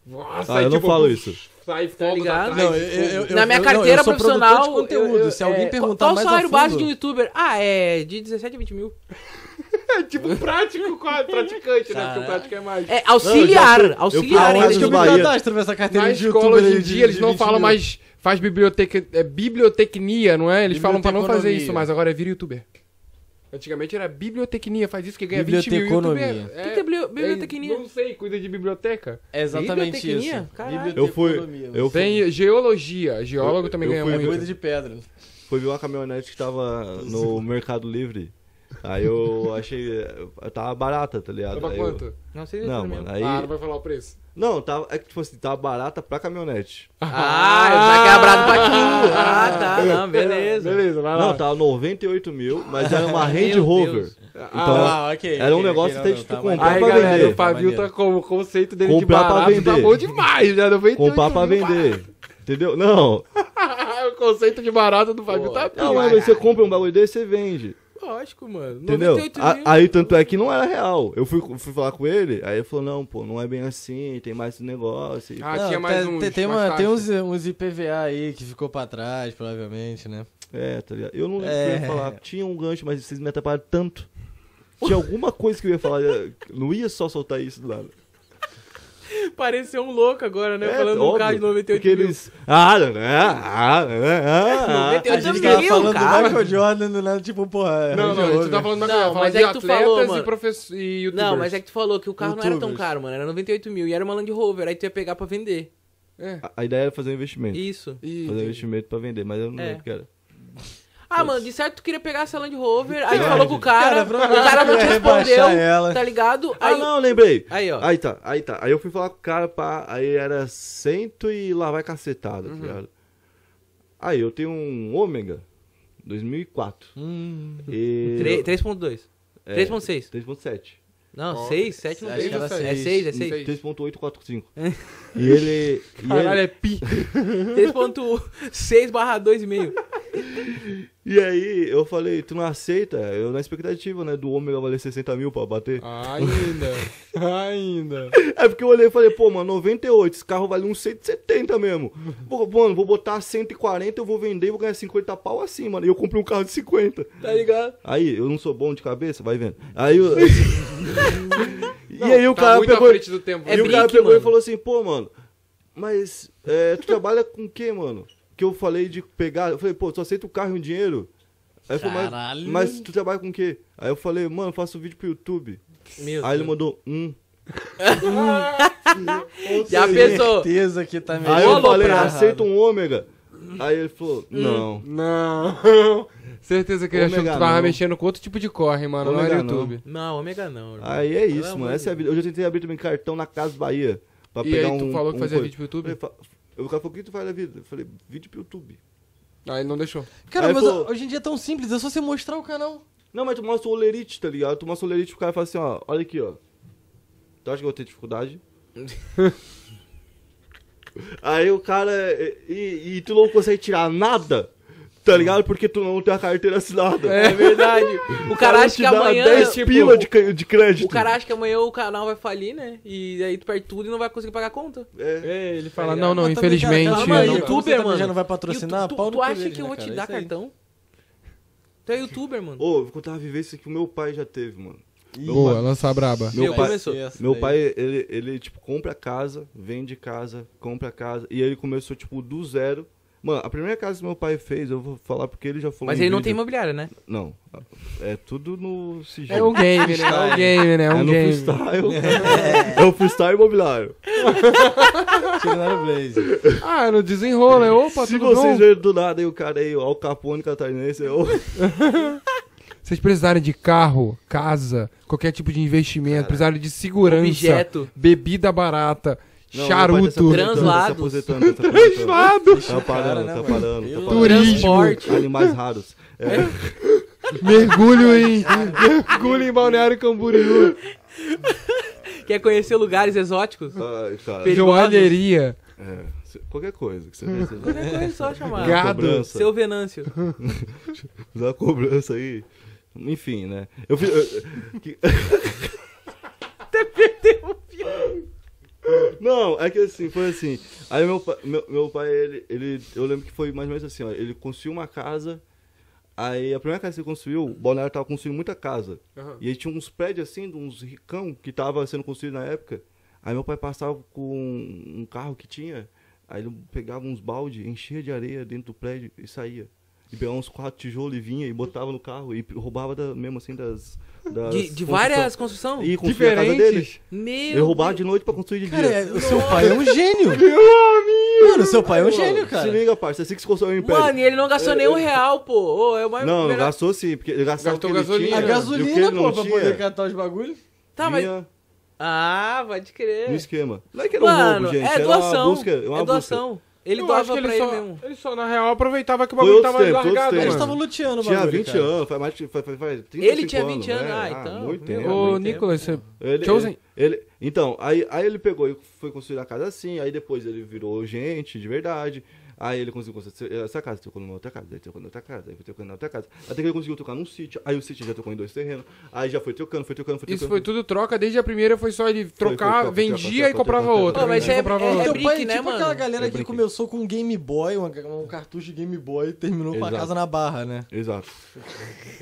Nossa, tipo,
Ah, eu não falo isso.
Sai
Tá
fogo
ligado?
atrás,
Não,
fogo.
eu- eu- eu-
Na minha
eu- não,
carteira
eu sou produtor
profissional.
de conteúdo.
eu- eu-
Se alguém
é,
perguntar
qual, Qual o
mais
salário
a fundo-
básico de um youtuber? Ah, é de 17 a 20 mil.
É tipo prático, quase, praticante, né? Porque o prático é mais.
É auxiliar.
Não, eu já fui- eu fui
auxiliar. é
aonde
Ah,
hein?
eles que eu me
Bahia.
cadastro pra essa carteira
Na
de
escola
youtuber
hoje em
aí de-
dia eles
de
não
20
falam
mil.
mais. Faz biblioteca, é, bibliotecnia, não é? Eles falam pra não fazer
Biblioteconomia.
isso, mas agora é vir youtuber. Antigamente era bibliotecnia, faz isso que ganha 20 mil
Biblioteconomia.
youtuber.
O que que é bibli- bibliotecnia?
Não sei, cuida de biblioteca.
É exatamente isso.
Bibliotecnia? Caralho.
Eu fui. Eu fui,
Tem geologia, geólogo
Eu-
também
eu
ganha
fui
muito.
Coisa de pedra.
Então, fui ver uma caminhonete que tava no Mercado Livre. Aí eu achei. eh, Tava barata, tá ligado?
Tava
Aí eu-
quanto?
Não sei se
Não,
é
mano.
mesmo.
Aí.
Ah, não vai falar o preço.
Não, tava. É que tipo assim, tava barata pra caminhonete.
Ah, eu tá quebrado pra aquilo. Ah, tá. Não, beleza.
Beleza, vai lá.
Não, tava 98 mil, mas era uma Range
Meu
Rover.
Deus.
Então,
Ah, ok. tá
era um negócio
que
até de tu comprar
Aí,
pra
galera,
vender.
o Fabio tá com o conceito dele
Comprar
de
pra
barato, tá
vender.
bom demais, né? 98
comprar pra
mil,
vender. Entendeu? Não.
barato. o conceito de barato do Fabio tá
Não,
pior.
mas você compra um bagulho desse, você vende.
é Lógico, mano.
Entendeu?
98
A-
mil.
aí tanto é que não era real. Eu fui, fui falar com ele, aí ele falou, não, pô, não é bem assim, tem mais negócio. E-
Ah, tinha mais uns,
tá, tem, tem,
mais
uma- tem
taxas.
uns, uns IPVA aí que ficou pra trás, provavelmente, né?
É, tá ligado? Eu não lembro o
É.
que eu ia falar. Tinha um gancho, mas vocês me atrapalharam tanto. Tinha alguma coisa que eu ia falar, não ia só soltar isso do nada.
Pareceu um louco agora, né?
É,
Falando um
óbvio,
carro de 98
porque eles... Ah, não, né? Ah, né?
É,
Ah, ah.
A
98
gente
mil,
tava falando
cara.
do Michael Jordan, do nada, tipo, porra. é
Não,
de
não, a gente
ouro,
tá
velho.
falando de
Não,
Macaé,
mas
falar de
é que tu
atletas
falou,
e
mano.
professores e youtubers.
Não, mas é que tu falou que o carro não era tão
Youtubers.
caro, mano. Era 98 mil e era uma Land Rover. Aí tu ia pegar pra vender.
É.
A- A ideia era fazer um investimento.
Isso.
E...
Fazer um investimento pra vender, mas eu não
É.
lembro, cara.
Ah, mano, de certo tu queria pegar essa Land Rover. Aí tu
Verdade.
falou com o cara.
Cara,
o cara não te
provavelmente ia
respondeu.
rebaixar ela.
Tá ligado?
Ah,
Aí,
não, lembrei.
aí ó.
Aí tá, aí tá. Aí eu fui falar com o cara, pá, aí era cento e lá vai cacetada,
Uhum.
tá ligado? Aí eu tenho um Ômega 2004.
Hum.
E...
Tre- 3.2.
é,
3.6.
3.7.
Não,
Ó,
6, 7 não
sete
tem.
ou
É
seis?
6, é
Seis. É.
6.
3.845. e ele. e
Caralho,
ele-
é pi.
3.6 barra 2,5.
E aí eu falei, tu não aceita? Eu na expectativa, né, do Ômega valer 60 mil pra bater.
Ah. Ainda. Ainda.
É porque eu olhei e falei, pô, mano, 98, esse carro vale uns 170 mesmo. Pô, mano, vou botar 140, eu vou vender e vou ganhar 50 pau assim, mano. E eu comprei um carro de 50.
Tá ligado?
Aí, eu não sou bom de cabeça, vai vendo. Aí eu... E aí o
tá
cara
muito à
pegou.
frente do tempo.
É
e o cara
brick,
pegou
mano.
e falou assim, pô, mano, mas é, tu trabalha com o quê, mano? Que eu falei de pegar. Eu falei, pô, tu aceita o carro e o dinheiro? Aí ele falou, mas-
Caralho.
mas, tu trabalha com o quê? Aí eu falei, mano, eu faço vídeo pro YouTube.
Meu
Aí ele
Deus.
mandou um.
Já pensou?
Certeza que tá meio.
Aí eu
Vou
falei,
aloprar.
aceita um ômega. Aí ele falou, não.
Não. Certeza que ele achou que
Ômega
tu tava
não.
mexendo com outro tipo de corre, mano. Não era
Ômega não.
YouTube.
Não, ômega não. irmão.
Aí é
Pelo
isso,
amor
mano.
de
Essa é a
Deus.
vida. Eu já tentei abrir também cartão na Casa Bahia. Pra
E
pegar
aí tu
um,
falou que
um
fazia
coisa.
vídeo pro YouTube?
Eu falei, fa- O cara falou, o que tu faz da vida? Eu falei, vídeo pro YouTube.
Aí Ah, não deixou.
Cara,
Aí,
mas
pô-
hoje em dia é tão simples, é só você mostrar o canal.
Não, mas tu mostra o olerite, tá ligado? Tu mostra o olerite pro cara e fala assim, ó, olha aqui, ó. Tu acha que eu vou ter dificuldade? Aí o cara. E, e tu não consegue tirar nada, tá ligado? Porque tu não tem a carteira assinada.
É verdade. O cara acha
te
que
dá
amanhã.
10
tipo,
pila de, cre- de crédito.
O cara acha que amanhã o canal vai falir, né? E aí tu perde tudo e não vai conseguir pagar a conta.
É.
ele tá fala,
ligado?
não, não,
Mas também,
infelizmente.
cara,
Ah,
calma
eu
mano,
aí,
não-
YouTube
youtuber,
também
mano.
já não vai
E
patrocinar,
tu, tu,
pau no
tu
cu
acha
dele,
que eu
né,
vou
cara?
te dar
Isso aí.
cartão? Tu é youtuber, mano.
Ô, eu vou contar uma vivência que o meu pai já teve, mano. Meu
Boa,
pai-
lança a braba.
meu
Ih,
pai-
começou.
Essa
Meu
daí.
pai, ele, ele, tipo, compra casa, vende casa, compra casa. E ele começou, tipo, do zero. Mano, a primeira casa que meu pai fez, eu vou falar porque ele já falou.
Mas
em
ele não tem
vídeo.
imobiliária, né?
Não. É tudo no sigilo.
É um game, né? É um game, né? É
É
um
no
game.
freestyle. É o freestyle imobiliário. é
Milionário Blaze.
Ah, no desenrola. é, Opa,
Se
tudo
vocês
bom?
verem do nada aí o cara aí, ó, o Capone catarinense, eu...
Vocês precisarem de carro, casa, qualquer tipo de investimento, precisarem de segurança,
Objeto.
bebida
Não,
barata,
meu pai tá se
charuto,
aposentando,
Translados.
se aposentando, tá se aposentando. Tá
Cara,
parando, tá
né, mano?
parando, tá
Pelo
parando.
Transporte.
Animais raros. É.
mergulho em mergulho em Balneário Camboriú,
Quer conhecer lugares exóticos?
Ai, cara.
Perigosos.
joalheria,
É, se- qualquer coisa que você
Hum.
precisa.
Qualquer coisa só chamar.
Gato.
Cobrança.
Seu Venâncio.
Da cobrança aí. Enfim, né? Eu fiz. eu- que- Não, é que assim, foi assim. Aí meu, pa- meu, meu pai, ele, ele. Eu lembro que foi mais ou menos assim, ó. Ele construiu uma casa. Aí a primeira casa que ele construiu, o Balneário tava construindo muita casa.
Aham.
E aí tinha uns prédios assim, de uns ricão que tava sendo construído na época. Aí meu pai passava com um carro que tinha. Aí ele pegava uns balde, enchia de areia dentro do prédio e saía. E pegava uns quatro tijolos e vinha e botava no carro e roubava da- mesmo assim das. das
De, de
construção.
várias construções?
E construía a casa dele.
diferentes.
Meu.
Ele roubava
Deus.
de noite pra construir de
Cara,
dia.
é- o seu pai é um gênio. Mano, o seu pai é um
Mano,
gênio,
Se
cara.
liga, parça. É assim que se construiu o império.
Mano, e ele não gastou nem um real, pô. Ô, é o mais.
não, não
melhor-
gastou sim, porque ele gastava
Gastou
o que ele tinha,
gasolina.
A
e o que
gasolina,
ele não
pô, pra
tinha,
poder catar os bagulhos.
Tá, mas.
vinha
Ah, pode crer.
No esquema. Não é que era um
Mano,
roubo, gente.
é
era
doação.
uma busca.
é
Uma busca.
doação. Ele
Eu acho
doava
que
pra
ele
ele
só,
mesmo.
ele só, na real, aproveitava que o
Foi
bagulho
outros
tava
tempos, outros
largado,
tempos.
Eles
Mano,
estavam
mano.
luteando o
Tinha
bagulho,
20
cara.
anos, faz mais de faz, faz, faz 30
Ele tinha 20 anos,
né?
ah, então,
Muito
meu,
tempo.
Ô,
muito
Nicolas, você...
Ele,
Chosen.
ele, ele- então, aí, aí ele pegou e foi construir a casa assim, aí depois ele virou gente de verdade. Aí ele conseguiu construir essa casa, tocou numa outra casa, aí tocou na outra casa, aí foi tocando na outra casa. Até que ele conseguiu tocar num sítio, aí o sítio já tocou em dois terrenos, aí já foi trocando, foi trocando, foi trocando.
Isso foi tudo troca, desde a primeira foi só ele
né? foi,
trocar,
troca,
vendia
troca,
e
troca,
comprava
troca,
outra.
troca.
Pô, mas
vendia e
é-
comprava
é-
outra.
Teu
brick,
pai é
né,
tipo
mano?
aquela galera
É
que
brick.
começou com um Game Boy, um, um cartucho de Game Boy e terminou com a
Exato.
casa na barra, né?
Exato.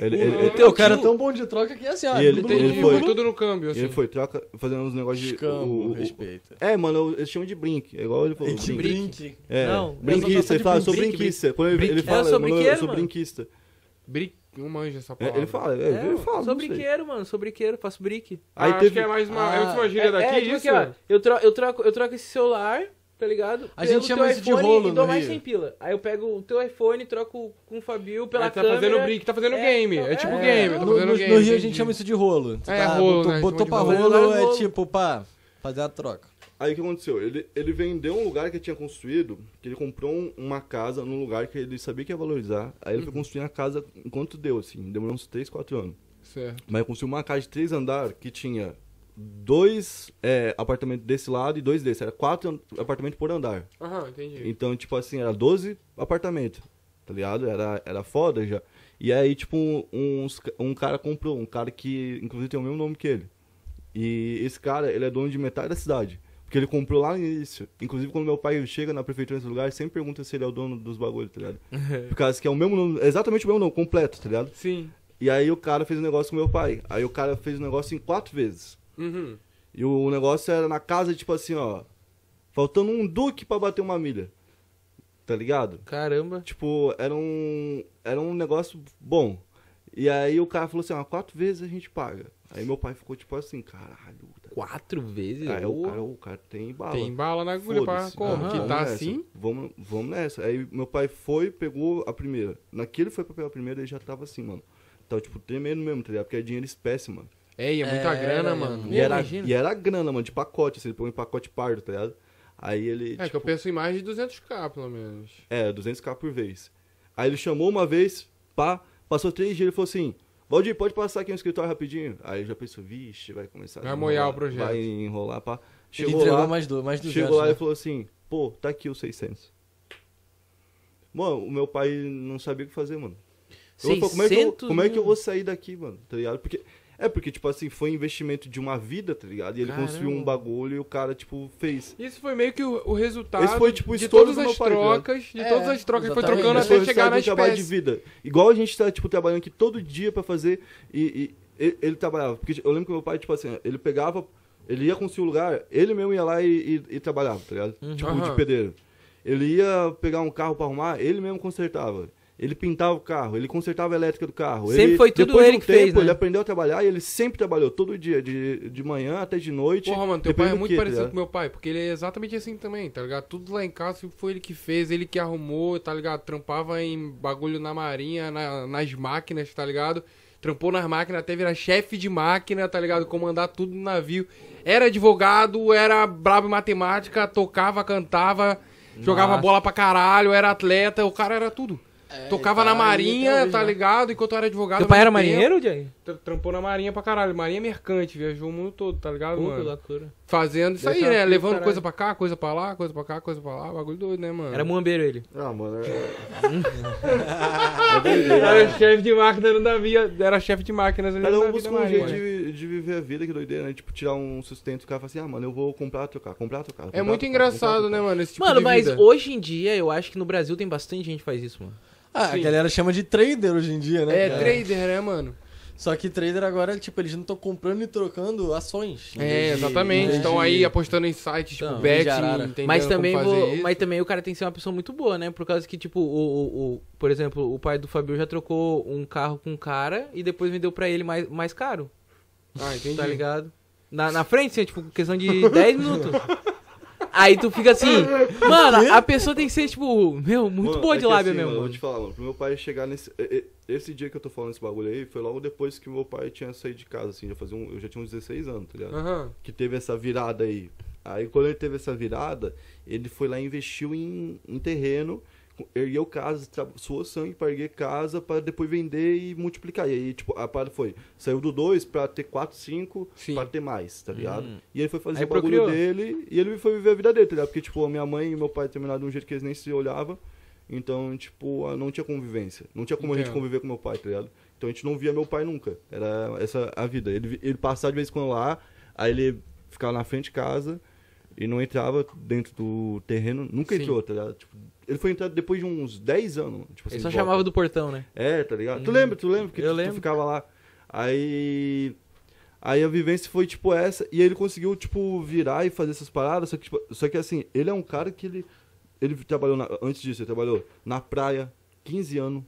Ele, ele, ele-
o cara é tão bom de troca que é assim, ah,
E ele-
blu,
Entendi,
ele
foi
foi-
tudo no câmbio,
ele
assim.
foi troca, fazendo uns negócios de.
Escambo,
o- o- o-
respeita.
É, mano, eu- eles chamam de brink, é igual ele falou.
De
brinque.
brinque.
É,
Não,
essa
brinquista,
troca de
ele fala, eu sou
brinque,
brinquista. Quando ele-
brinque.
ele
É,
fala,
eu sou
"Mano, eu
brinqueiro,
sou
mano."
brinquista.
Brick, não manja essa
É,
palavra.
Ele fala, é,
É,
ele fala.
sou
não sei.
briqueiro, mano, sou briqueiro, faço brique.
Ah,
Aí
acho
teve-
que é mais uma, é
Ah,
última gíria daqui,
é, tipo
isso?
aqui, ó, eu, tro eu, troco, eu troco esse celular, tá ligado?
A gente
Pelo
chama
teu
isso de
iPhone
rolo
E dou
no
mais
Rio.
100 pila. Aí eu pego o teu iPhone, troco com o Fabio pela
Ah, tá
câmera.
fazendo brick, tá fazendo
É,
game. É,
é,
tipo
é.
game, tá
No,
fazendo
no- no
game.
Rio a
entendi.
gente chama isso de rolo. Tu
É, rolo,
botou-
né?
Botou
Chama de
pra
rolo.
rolo,
Rolo é
é
rolo.
tipo, pá, fazer a troca.
Aí o que aconteceu? Ele, ele vendeu um lugar que ele tinha construído, que ele comprou um- uma casa num lugar que ele sabia que ia valorizar. Aí ele foi construir a casa enquanto deu, assim. Demorou uns 3, 4 anos.
Certo.
Mas ele construiu uma casa de 3 andares que tinha dois é, apartamentos desse lado e dois desse. Era quatro an- apartamentos por andar.
Aham, entendi.
Então, tipo assim, era 12 apartamentos, tá ligado? Era, era foda já. E aí, tipo, uns, ca- um cara comprou, um cara que, inclusive, tem o mesmo nome que ele. E esse cara, ele é dono de metade da cidade. Porque ele comprou lá no início. Inclusive, quando meu pai chega na prefeitura nesse lugar, ele sempre pergunta se ele é o dono dos bagulhos, tá ligado? Por causa que é o mesmo nome, é exatamente o mesmo nome, completo, tá ligado?
Sim.
E aí o cara fez um negócio com meu pai. Aí o cara fez um negócio em quatro vezes.
Uhum.
E o negócio era na casa, tipo assim, ó. Faltando um duque pra bater uma milha. Tá ligado?
Caramba.
Tipo, era um, era um negócio bom. E aí o cara falou assim, ó, quatro vezes a gente paga. Aí meu pai ficou tipo assim, caralho. tá-
Quatro vezes?
Aí é o
Ô,
cara, o cara tem bala.
Tem bala na agulha pra
Foda-se.
como?
Aham.
Que
Vamos
tá
nessa.
assim?
Vamos, vamos nessa. Aí meu pai foi, pegou a primeira. Naquele foi pra pegar a primeira, ele já tava assim, mano. Tava, tipo, tremendo mesmo, tá ligado? Porque é dinheiro espécie, mano.
É, e é muita
É,
grana,
é
mano.
E
Eu
era,
imagino.
e era grana, mano, de pacote. Assim, ele pegou em pacote pardo, tá ligado? Aí ele. tipo,
É, que eu penso em mais de 200k, pelo menos.
É, 200k por vez. Aí ele chamou uma vez, pá, passou três dias, ele falou assim, Valdir, pode passar aqui no escritório rapidinho? Aí eu já pensou, vixe, vai começar
Vai
enrolar,
moiar o projeto.
Vai enrolar, pá.
Ele
Chegou
entregou
lá,
mais, do, mais 200.
chegou lá
né?
e falou assim, pô, tá aqui os 600. Mano, o meu pai não sabia o que fazer, mano. Eu vou falar, como, é que eu,
600
como é que eu
mil.
vou sair daqui, mano? Tá ligado? Porque. É porque, tipo assim, foi investimento de uma vida, tá ligado? E ele
Caramba.
construiu um bagulho e o cara, tipo, fez.
Isso foi meio que o, o resultado
Esse foi, tipo, o
de
estouro
todas
do
as
meu pai, tá
trocas, de
É,
todas as trocas que foi
exatamente.
trocando
Esse foi o
até chegar na
resultado de um trabalho de
espécie.
vida. Igual a gente tá, tipo, trabalhando aqui todo dia pra fazer. E, e ele, ele trabalhava. Porque eu lembro que meu pai, tipo assim, ele pegava. Ele ia conseguir o lugar, ele mesmo ia lá e, e- e trabalhava, tá ligado? Tipo, de
Uhum. Aham.
pedreiro. Ele ia pegar um carro pra arrumar, ele mesmo consertava. Ele pintava o carro, ele consertava a elétrica do carro.
Sempre
ele,
foi tudo
depois de
ele
um
que
tempo,
fez, né?
Ele aprendeu a trabalhar e ele sempre trabalhou, todo dia, de, de manhã até de noite.
Porra, mano, teu pai é
dependendo do
muito
que, tá
parecido
ligado?
com meu pai, porque ele é exatamente assim também, tá ligado? Tudo lá em casa sempre foi ele que fez, ele que arrumou, tá ligado? Trampava em bagulho na marinha, na- nas máquinas, tá ligado? Trampou nas máquinas até virar chefe de máquina, tá ligado? Comandar tudo no navio. Era advogado, era brabo em matemática, tocava, cantava, jogava
Massa.
bola pra caralho, era atleta, o cara era tudo. Tocava
tá
na
aí até
marinha,
hoje,
tá
né?
ligado? Enquanto era advogado.
Teu
ao
pai era
mesmo tempo.
marinheiro, Jay?
Tra- Trampou na marinha pra caralho. Marinha mercante, viajou o mundo todo, tá ligado,
Pô, que
mano?
loucura.
Fazendo isso aí,
Deixava
né?
tudo,
Levando
caralho.
coisa pra cá, coisa pra lá, coisa pra cá, coisa pra lá. Bagulho doido, né, mano?
Era muambeiro ele.
Ah, mano, é-
Era chefe de máquina no navio. Era chefe de máquinas ali
Cada
no
um
navio
busca
da
um
marinha.
jeito de, de viver a vida, que doideira, né? Tipo, tirar um sustento e o cara fala assim, ah, mano, eu vou comprar, trocar, comprar, trocar.
É muito engraçado, né, mano? Esse tipo
mano,
de
mas
vida.
hoje em dia, eu acho que no Brasil tem bastante gente que faz isso, mano.
Ah,
Sim.
a galera chama de trader hoje em dia, né?
É,
cara?
trader, né, mano?
Só que trader agora, tipo, eles não estão comprando e trocando ações.
É,
em
exatamente.
vez
Estão
de-
aí é apostando em sites, tipo,
Então,
betting,
de arara.
entendendo
mas também
como fazer
vou,
isso.
mas também o cara tem que ser uma pessoa muito boa, né? Por causa que tipo o, o- o- por exemplo, o pai do Fabio já trocou um carro com um cara e depois vendeu pra ele mais, mais caro,
Ah, entendi.
tá ligado? Na, na frente, assim, tipo, questão de 10 minutos. Aí tu fica assim, mano, a pessoa tem que ser tipo, meu, muito
é
boa de
assim,
lábia
Mano, eu vou
mesmo. Tipo,
te falar, mano, pro meu pai chegar nesse... e- e- Esse dia que eu tô falando esse bagulho aí, foi logo depois que meu pai tinha saído de casa, assim, já fazia um... eu já tinha uns 16 anos, tá ligado?
Aham.
Que teve essa virada aí. Aí quando ele teve essa virada, ele foi lá e investiu em, em terreno, ergueu casa, tra- suou sangue pra erguer casa, pra depois vender e multiplicar. E aí, tipo, a parada foi, saiu do 2 pra ter 4, 5,
Sim.
pra ter mais, tá ligado?
Hum.
E ele foi fazer
Aí
o bagulho
procriou.
dele e ele foi viver a vida dele, tá ligado? Porque, tipo, a minha mãe e meu pai terminaram de um jeito que eles nem se olhavam. Então, tipo, a- não tinha convivência. Não tinha como a gente
Entendo.
conviver com meu pai, tá ligado? Então a gente não via meu pai nunca. Era essa a vida. Ele, vi- ele passava de vez em quando lá, aí ele ficava na frente de casa e não entrava dentro do terreno. Nunca
Sim.
entrou, tá ligado? Tipo, ele foi entrar depois de uns 10 anos. Tipo, assim,
Ele só
de volta.
chamava do portão, né?
É, tá ligado? Tu lembra, tu lembra que
Eu
tu, tu
lembro.
ficava lá. Aí. Aí a vivência foi tipo essa. E ele conseguiu, tipo, virar e fazer essas paradas. Só que, tipo, só que assim, ele é um cara que ele. Ele trabalhou. na- antes disso, ele trabalhou na praia, 15 anos.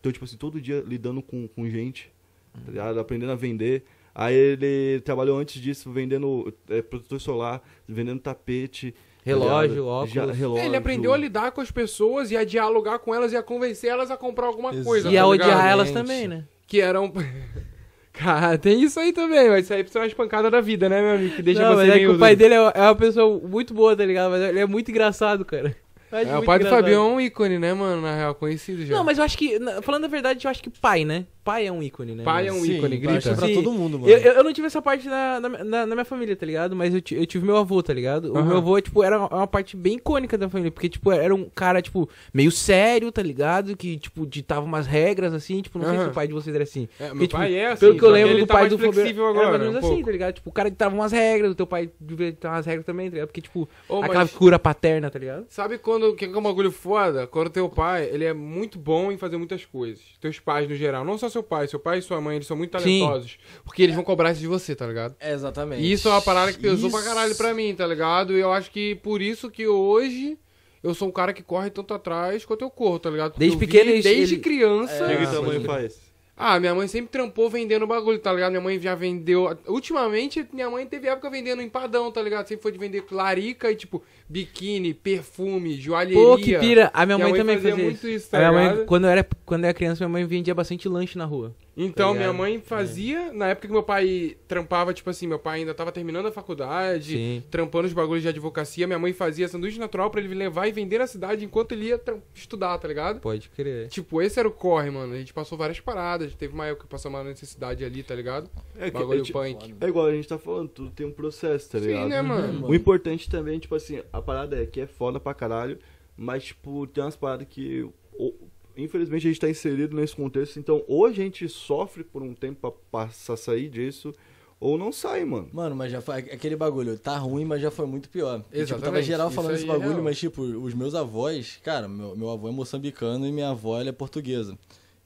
Então, tipo assim, todo dia lidando com, com gente,
Hum.
tá ligado? Aprendendo a vender. Aí ele trabalhou antes disso vendendo é, protetor solar, vendendo tapete. tá
Relógio,
ligado?
óculos.
Ja-
É, ele
relógio.
ele aprendeu a lidar com as pessoas e a dialogar com elas e a convencer elas a comprar alguma
Exato.
coisa.
E
tá
a
ligado?
odiar elas
Exatamente.
também, né?
Que eram. Cara, tem isso aí também, mas isso aí são as pancadas da vida, né, meu amigo? Que deixa
não,
você
mas é
meio.
que o pai dele é é uma pessoa muito boa, tá ligado? Mas ele é muito engraçado, cara. Eu acho
É, o
muito
pai do
engraçado.
Fabião é um ícone, né, mano? Na real, conhecido já.
Não, mas eu acho que, na- falando a verdade, eu acho que pai, né? Pai é um ícone, né?
Pai é
mano?
um
Sim,
ícone,
eu acho que
grita.
Pra
Sim.
todo mundo, mano.
Eu, eu, eu não tive essa parte na, na, na- na minha família, tá ligado? Mas eu, ti- eu tive meu avô, tá ligado? O
Aham.
meu avô, tipo, era uma- uma parte bem icônica da família. Porque, tipo, era um cara, tipo, meio sério, tá ligado? Que, tipo, ditava umas regras, assim. Tipo, não sei se
Aham.
o pai de vocês era assim.
É, meu
Porque, tipo,
pai é assim.
Pelo que eu
só
lembro
ele
do
tá
pai
mais
do Fabiano,
flexível agora,
era mais ou menos
um
assim,
pouco.
tá ligado? Tipo, o cara ditava umas regras, o teu pai devia ditar umas regras também, tá ligado? Porque, tipo,
Ô,
aquela
mas-
figura paterna, tá ligado?
Sabe quando que é um bagulho foda? Quando teu pai, ele é muito bom em fazer muitas coisas. Teus pais, no geral. Não só seu pai. Seu pai e sua mãe, eles são muito
Sim. É.
talentosos. Porque eles vão cobrar isso de você, tá ligado?
É, exatamente.
E isso é uma parada que pesou pra
Isso.
caralho pra mim, tá ligado? E eu acho que por isso que hoje eu sou um cara que corre tanto atrás quanto eu corro, tá ligado? Porque
Desde
eu vi
pequeno ele-
Desde
ele- É.
criança...
Chega
Ah,
e tamanho
pode
faz.
Ah, minha mãe sempre trampou vendendo bagulho, tá ligado? Minha mãe já vendeu. Ultimamente, minha mãe teve época vendendo empadão, tá ligado? Sempre foi de vender larica e, tipo, biquíni, perfume, joalheria.
Pô, que pira. A minha, mãe, também fazia,
muito isso, tá
a minha
ligado?
mãe, quando eu, era, quando eu era criança, minha mãe vendia bastante lanche na rua.
Então,
Tá
minha
ligado?
É.
mãe fazia. Na época que meu pai trampava, tipo assim, meu pai ainda tava terminando a faculdade,
Sim.
trampando os bagulhos de advocacia. Minha mãe fazia sanduíche natural pra ele levar e vender na cidade enquanto ele ia tra- estudar, tá ligado?
Pode crer.
Tipo, esse era o corre, mano. A gente passou várias paradas. Teve uma época que passou uma necessidade ali, tá ligado?
É que-
Bagulho
é, tipo,
punk.
É igual a gente tá falando, tudo tem um processo, tá ligado?
Sim, né, mano?
O importante também, tipo assim, a parada é que é foda pra caralho, mas, tipo, tem umas paradas que. o- infelizmente a gente tá inserido nesse contexto, então ou a gente sofre por um tempo pra passar sair disso, ou não sai, mano.
Mano, mas já foi aquele bagulho, tá ruim, mas já foi muito pior. E, Tipo, tava
Exatamente,
geral
isso
falando
aí
esse
é
bagulho,
real.
mas tipo, os meus avós, cara, meu, meu avô é moçambicano e minha avó ela é portuguesa.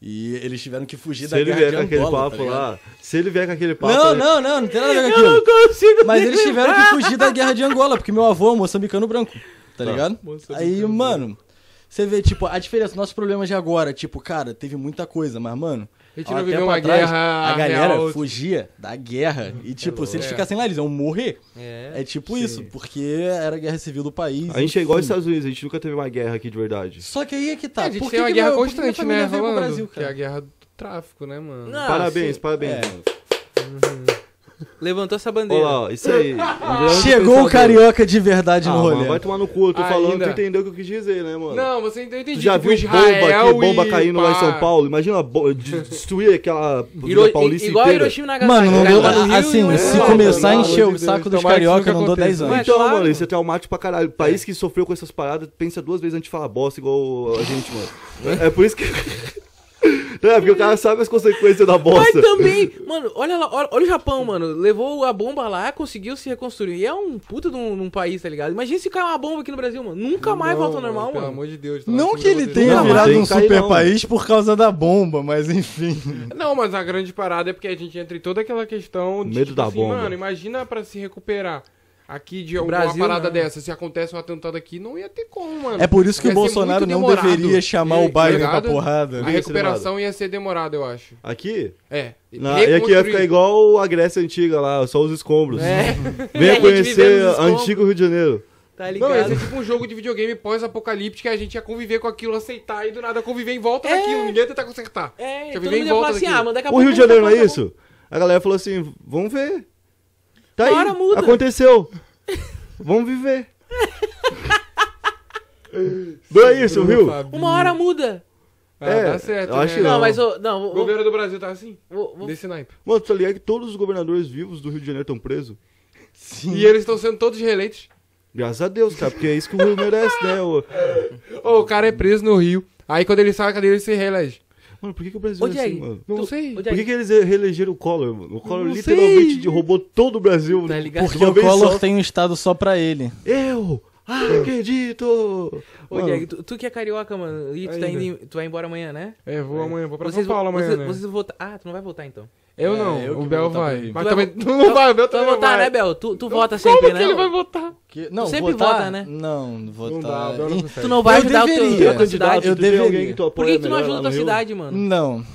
E eles tiveram que fugir
Se
da
ele
guerra
vier
de
com aquele
Angola,
papo
tá ligado?
lá, se ele vier com aquele papo.
Não,
né?
não, não, não tem nada a ver com
Eu não
aquilo.
consigo
Mas eles tiveram que fugir da guerra de Angola, porque meu avô é moçambicano branco, tá ligado? Aí, mano, você vê, tipo, a diferença, nossos problemas de agora, tipo, cara, teve muita coisa, mas, mano.
A gente
há
não
um
viveu
tempo
uma
atrás,
guerra
A galera
real.
fugia da guerra. E, tipo, se eles
É.
ficassem lá, eles iam morrer.
É.
É tipo isso, porque era a guerra civil do país.
A gente é
enfim.
igual aos Estados Unidos, a gente nunca teve uma guerra aqui de verdade.
Só que aí é que tá.
É, a gente
por
tem
que
uma
que
guerra
meu- por que que minha
constante, né?
família veio pro
Falando,
Brasil,
que é a
cara?
guerra do tráfico, né, mano?
Não,
parabéns,
Ah, sim.
parabéns,
É.
mano.
Levantou essa
Olha
bandeira.
lá, ó, isso aí.
Chegou o carioca de verdade no
Ah,
rolê.
mano, vai tomar no cu, eu tô falando,
Ainda.
tu entendeu o que eu quis dizer, né, mano?
Não, você entendeu, eu entendi.
Tu já
tipo,
viu
Israel
bomba, que bomba
e
caindo lá em
pá.
São Paulo? Imagina a bo- de- destruir aquela
Hiro-
Vila Paulista
igual a
inteira.
Hiroshima e Nagasaki.
Mano, não
né?
deu,
Lá no Rio,
assim,
né?
se
Não,
começar a
não,
encher o
não,
saco dos
tomara que isso
carioca,
nunca
não dou 10
aconteça.
anos.
Mas-
Então,
claro. É.
mano, isso é traumático pra caralho. País que sofreu com essas paradas, pensa duas vezes antes de falar bosta igual a gente, mano. É, é por isso que. Não, É, porque o cara sabe as consequências da
Mas
bosta.
também, mano, olha lá, olha, olha o Japão, mano. Levou a bomba lá, conseguiu se reconstruir. E é um puta de um, de um país, tá ligado? Imagina se cai uma bomba aqui no Brasil, mano. Nunca mais
Não,
volta ao normal,
Pelo
mano.
amor de Deus. tá tomara
Não
que
que ele
não
tenha
Não,
aconteça.
mas
virado
tem
um
que cair,
super
não.
país por causa da bomba, mas enfim.
Não, mas a grande parada é porque a gente entra em toda aquela questão de.
Medo
tipo
da
assim,
bomba.
Mano, imagina pra se recuperar aqui de uma
Brasil,
parada
não.
dessa. Se acontece um atentado aqui, não ia ter como, mano.
É por isso que o
Ia ser
Bolsonaro
muito
não
demorado.
deveria chamar o
Tá
Biden pra
ligado?
porrada.
A recuperação ia ser demorada, eu acho.
Aqui?
É.
Na, e aqui ia
Reconstruir.
ficar igual a Grécia antiga lá, só os escombros.
E É. a
Venha
gente
conhecer
vivendo nos escombros.
antigo Rio de Janeiro.
Tá
Não, ia
ligado?
ser tipo um jogo de videogame pós-apocalíptico e a gente ia conviver com aquilo, aceitar e do nada conviver em volta daquilo. Ninguém ia tentar consertar.
É,
Deixa eu
todo
viver
mundo
em
ia
volta
falar assim,
daquilo.
ah, mano, daqui a
O
pouco
Rio de Janeiro não é
tá bom.
isso? A galera falou assim: vamos ver. Tá
Uma hora
aí.
muda.
Aconteceu. Vamos viver. Não é isso, viu?
Uma hora muda.
Ah,
É,
tá certo.
eu acho
né?
que
Não,
Não.
mas ô, não,
O
vou,
governo do Brasil tá assim?
vou- vou-
Desse naipe.
Mano, tá ligado que todos os governadores vivos do Rio de Janeiro estão presos?
E eles estão sendo todos reeleitos.
Graças a Deus, cara, porque é isso que o Rio merece, né? ô?
Ô, o cara é preso no Rio. Aí quando ele sai da cadeia, ele se reelege.
Mano, por que, que o Brasil
Ô,
é assim,
Diego,
mano?
Não
Tu-
sei.
Por
ô,
que, que eles reelegeram o Collor, mano? O Collor
Não
literalmente
sei.
roubou todo o Brasil.
Tá ligado?
de
Porque
uma
o
vez
Collor
só.
tem um estado só pra ele.
Eu acredito!
Ô,
Mano,
Diego, tu, tu que é carioca, mano, e tu, tá indo,
Ainda.
em- tu vai embora amanhã, né?
É, vou amanhã, vou pra
vocês
São Paulo
vo-
amanhã,
vocês,
né?
vocês votam- Ah, tu não vai votar então.
Eu
É,
não,
eu que
o
vou
Bel
votar pro
vai.
Rio.
Mas
Tu
também
vai-
tu não vai, o Bel
Tu vai
também não
votar,
vai.
né, Bel? Tu, tu vota sempre,
Como
né?
que ele vai votar?
Que- não,
sempre
votar,
vota, né?
Não, votar.
Não dá, o Bel não
Ih,
consegue.
Tu não vai
Eu
ajudar o teu,
deveria.
a tua cidade.
Eu
tu tem
deveria.
alguém que tu
Por
apoia
que, que tu não
é
melhor lá
ajuda
no
a
né?
tua
Rio?
cidade,
Hum.
mano?
Não.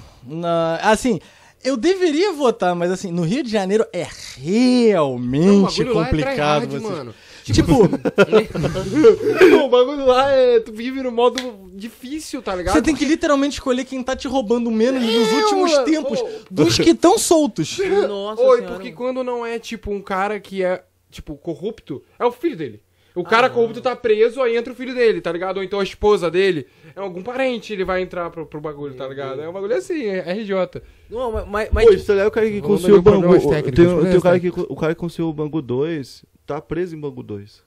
Na- assim, eu deveria votar, mas assim, no Rio de Janeiro é realmente
lá é
complicado.
tryhard,
você-
mano.
Tipo,
o bagulho lá é. Tu vive no modo difícil, tá ligado?
você tem que literalmente escolher quem tá te roubando menos nos
Eu,
últimos
mano.
tempos
Ô.
dos que estão soltos.
Nossa
Oi,
senhora.
porque quando não é tipo um cara que é, tipo, corrupto, é o filho dele.
Ah,
O cara corrupto tá preso, aí entra o filho dele, tá ligado? Ou então a esposa dele. É algum parente, ele vai entrar pro, pro bagulho, tá ligado? É um bagulho assim, é é RJ.
Não, mas- mas,
Pô,
mas tipo,
isso é o cara que
Vamos
conseguiu o
dar problemas
Bangu.
técnicos,
Tem, um- tem
problemas
o, cara que, o cara que conseguiu o Bangu 2 tá preso em Bangu 2.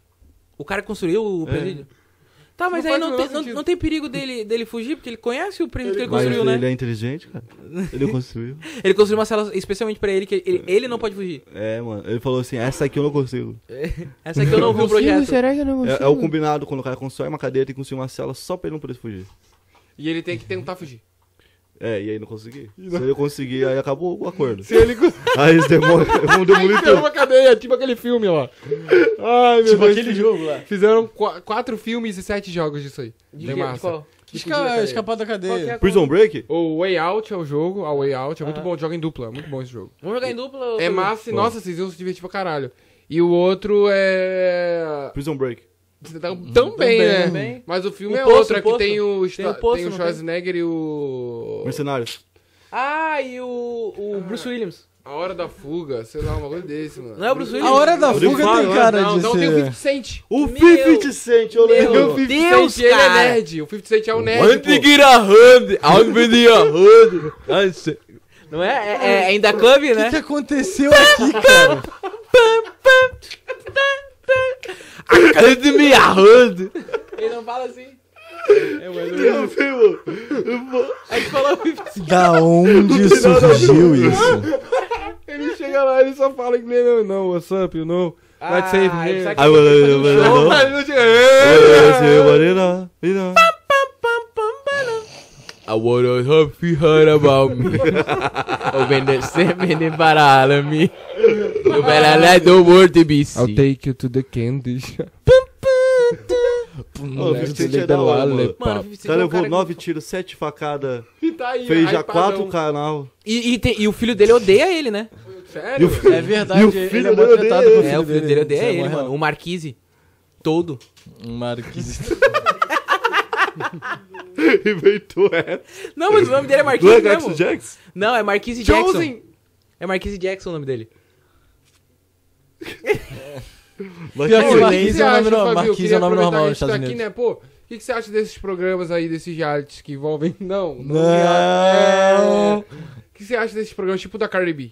o cara que construiu o presídio. Tá, mas
É. Não
aí
faz o
não
menor
tem, não,
sentido.
não tem perigo dele, dele fugir, porque ele conhece o presídio que ele
Mas
construiu,
ele
né?
é inteligente, cara. Ele construiu.
Ele construiu uma cela especialmente pra ele, que ele, ele não pode fugir.
É, mano. Ele falou assim: essa aqui eu não consigo.
Essa aqui eu não vi o projeto.
será que eu não
É, é o combinado quando o cara constrói uma cadeia, tem que construir uma cela só pra ele não poder fugir.
E ele tem que tentar fugir.
É, e aí não consegui. Se ele conseguir, aí acabou o acordo.
Se ele conseguir,
Aí eles demor- vão demolir
tem
tudo.
uma cadeia, tipo aquele filme lá. Ai, meu Deus.
Tipo jogo lá.
Fizeram qu- quatro filmes e sete jogos disso aí.
De,
De,
de
massa.
qual?
Esca, escapar da
Qual que é
cadeia.
a-
Prison Break?
O Way Out é o jogo, a Way Out é muito
Aham.
bom, joga em dupla, é muito bom esse jogo.
Vamos jogar em dupla? ou-
É massa e,
Bom.
nossa, vocês iam se divertir pra caralho. E o outro é.
Prison Break.
Também,
Também,
né?
também.
Mas o filme
O
é
Poço,
outro,
o
é que
Poço.
tem o,
Tem o
Schwa-
Poço,
tem o
não tem?
Schwarzenegger e o.
Mercenários.
Ah, e o, o Bruce Williams.
A Hora da Fuga, sei lá, um bagulho desse, mano.
Não é o Bruce Williams?
A hora da
Eu
fuga
falo,
tem cara
não,
de
não, tem um o 50
ser.
Cent.
O
Meu
50 Cent, eu
Deus.
lembro.
O 50
Deus,
Cent, ele é
cara.
nerd. O 50 Cent é o nerd. pô.
Não é? É, é, é In The Club,
O que, que
né?
aconteceu aqui, cara?
Ele não fala assim.
Eu vi, mano.
A gente falou 50
da onde surgiu isso?
Ele chega lá, ele só fala que nem eu, não, what's up, you know? Let's save
Ah,
me.
ele sabe
I will- I will- I will- I will-
Ele não chega,
Ah,
I wanna hope you heard about me. oh, when there's so many bad of me. You better let the world be
I'll
seen.
take you to the candy shop.
Ô, o 50 Cent é da hora, mano.
Mano,
O
você
cara
é um
levou
cara...
9 tiros, 7 facadas,
E tá aí,
fez já
hypadão.
4 canal.
E, e tem- e o filho dele odeia ele, né?
Sério?
É verdade,
E o filho
ele é
dele
maltratado
odeia
com
ele.
É, o filho dele odeia
isso
ele,
mó real.
mano. O Marquise. Todo.
Um Marquinhos.
Inventou essa.
Não, mas o nome dele é
Não é
Marquise
Jackson
mesmo.
Jackson?
Não, é Marquise Jackson.
Chosen!
É Marquise Jackson o nome dele.
Mas
Pior
que
que
Pô, o
ele-
Marquinhos
você
é o nome
acha,
normal,
Fabio?
Marquinhos
Queria
é o nome normal
aproveitar
nos
que a gente tá
Estados
aqui, né? Pô, o que que você acha desses programas aí, desses realities que envolvem... Não, não.
Não.
real- é. O que você acha desses programas, tipo da Cardi B?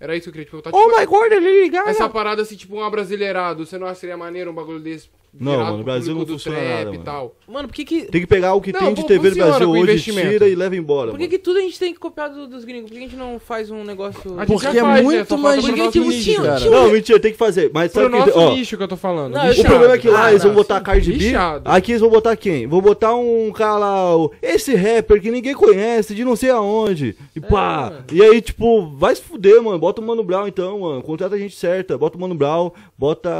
Era isso que eu queria te perguntar.
Oh
tipo,
my god, ele
É.
ligado.
Essa parada assim, tipo um abrasileirado. Você não acha que seria maneiro um bagulho desse?
Não,
virado
mano,
pro
o Brasil
público
não
do
funciona
trap
nada,
e
mano.
tal?
Mano, por que que...
Tem que pegar o que
Não,
tem de
fu-
TV no
funciona
Brasil
com
hoje,
investimento.
tira e leva embora.
Por que,
mano.
que tudo a gente tem que copiar do- dos gringos? Por que a gente não faz um negócio...
A gente
Porque
já
é
faz, né? Só
muito
falta
mais
pro
Porque,
divertido,
nosso
tipo, tinha-
cara.
tinha-
Não, mentira, tem que fazer. Mas
Pro
sabe o que.
nosso
Ó,
nicho que eu tô falando.
Não, eu
o
Lixado.
problema é que lá
Ah,
eles vão
não,
botar a Cardi B.
assim, Lixado.
Aqui eles vão botar quem? Vão botar um cara lá, o- esse rapper que ninguém conhece, de não sei aonde. E pá.
mano.
e aí, tipo, vai se fuder, mano. Bota o Mano Brown então, mano. Contrata a gente certa. Bota o Mano Brown, bota.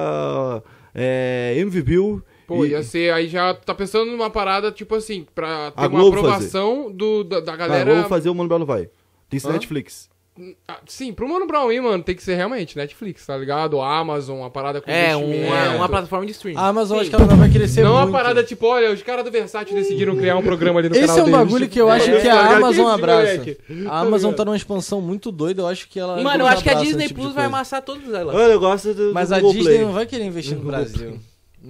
É. MV Bill.
Pô,
e-
ia ser. Aí já tá pensando numa parada, tipo assim, pra ter
A
uma
Globo
aprovação do, da, da
Ah,
galera.
vamos fazer o Mano Brown não vai. Tem esse
Hã?
Netflix.
Ah, Sim, pro Mano Brown aí, mano, tem que ser realmente Netflix, tá ligado? Amazon, uma parada com
É,
investimento.
uma, uma plataforma de streaming.
A Amazon Ah, acho que é ela vai crescer
Não
muito.
uma parada tipo, olha, os caras do Versátil decidiram
Hum.
criar um programa ali no canal
Esse é um
deles.
bagulho que eu acho
É,
que a
tá ligado?
Amazon
Esse
abraça.
moleque.
A Amazon tá numa expansão muito doida, eu acho que ela.
Mano, eu
tipo,
acho que a Disney Plus vai
mais.
amassar todos lá.
Ah, eu gosto do,
Mas
do
a
Google
Disney
Play.
não vai querer investir no Brasil.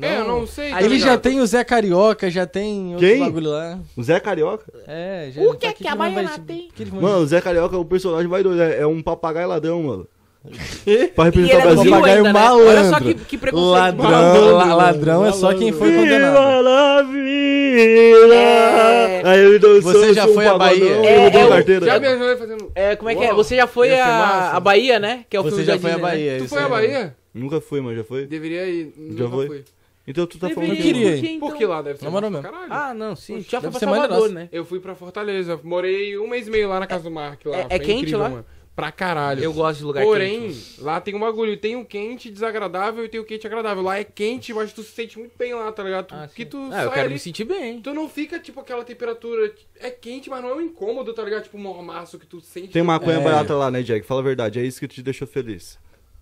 É, eu não sei. tá
Ele já
ligado?
tem o Zé Carioca, já tem outro
Quem?
bagulho lá.
O Zé Carioca?
É, já
O
ele
que
tá
é
aqui
que a
não vai
baiana
te-
tem?
que ele vai-
Mano, o Zé Carioca é um personagem vai doido. É é um papagaio ladrão, mano. pra
E ele
representar
é
o
do
Brasil.
Rio
Papagaio
ainda, né? Olha só que,
um malandro.
que preconceito.
Ladrão,
Malandro.
la- ladrão é só quem foi condenado.
Viva la vida!
É.
Aí ele dançou,
Você já
sou um
foi
pagodão,
à Bahia?
ele
É,
mudou a
eu-
carteira.
Já me ajudou ele fazendo.
É, como é que é?
Uou,
Você já foi
ia ser
a,
massa.
a Bahia, né? Que é o
assim? Você
filme
já
da
foi à
Disney, né?
Bahia.
Tu
isso
foi à
aí.
Bahia?
Nunca fui, mas já foi?
Deveria ir. nunca
é. Já foi?
fui.
Então tu tá falando que...
Deveria,
queria.
por que então?
Por que lá deve ser?
Na moral
massa pra Caralho.
Ah, não, sim. Já foi
Deve
pra
ser mais
Salvador,
graça.
né?
Eu fui pra Fortaleza. Morei um mês e meio lá na casa do Mark. Lá.
É- é
Foi
quente
incrível,
lá?
Mano. Pra caralho.
Eu gosto de lugar
Porém,
quente.
lá tem um bagulho. Tem o quente desagradável e tem o quente agradável. Lá é quente, mas tu se sente muito bem lá, tá ligado? Tu-
Ah, sim.
que tu
Ah, eu
sai
quero
ali-
me sentir bem.
Tu não fica, tipo, aquela temperatura... É quente, mas não é um incômodo, tá ligado? Tipo, um mormaço que tu sente...
Tem um- maconha
É.
barata lá, né, Jack? Fala a verdade, é isso que te deixou feliz.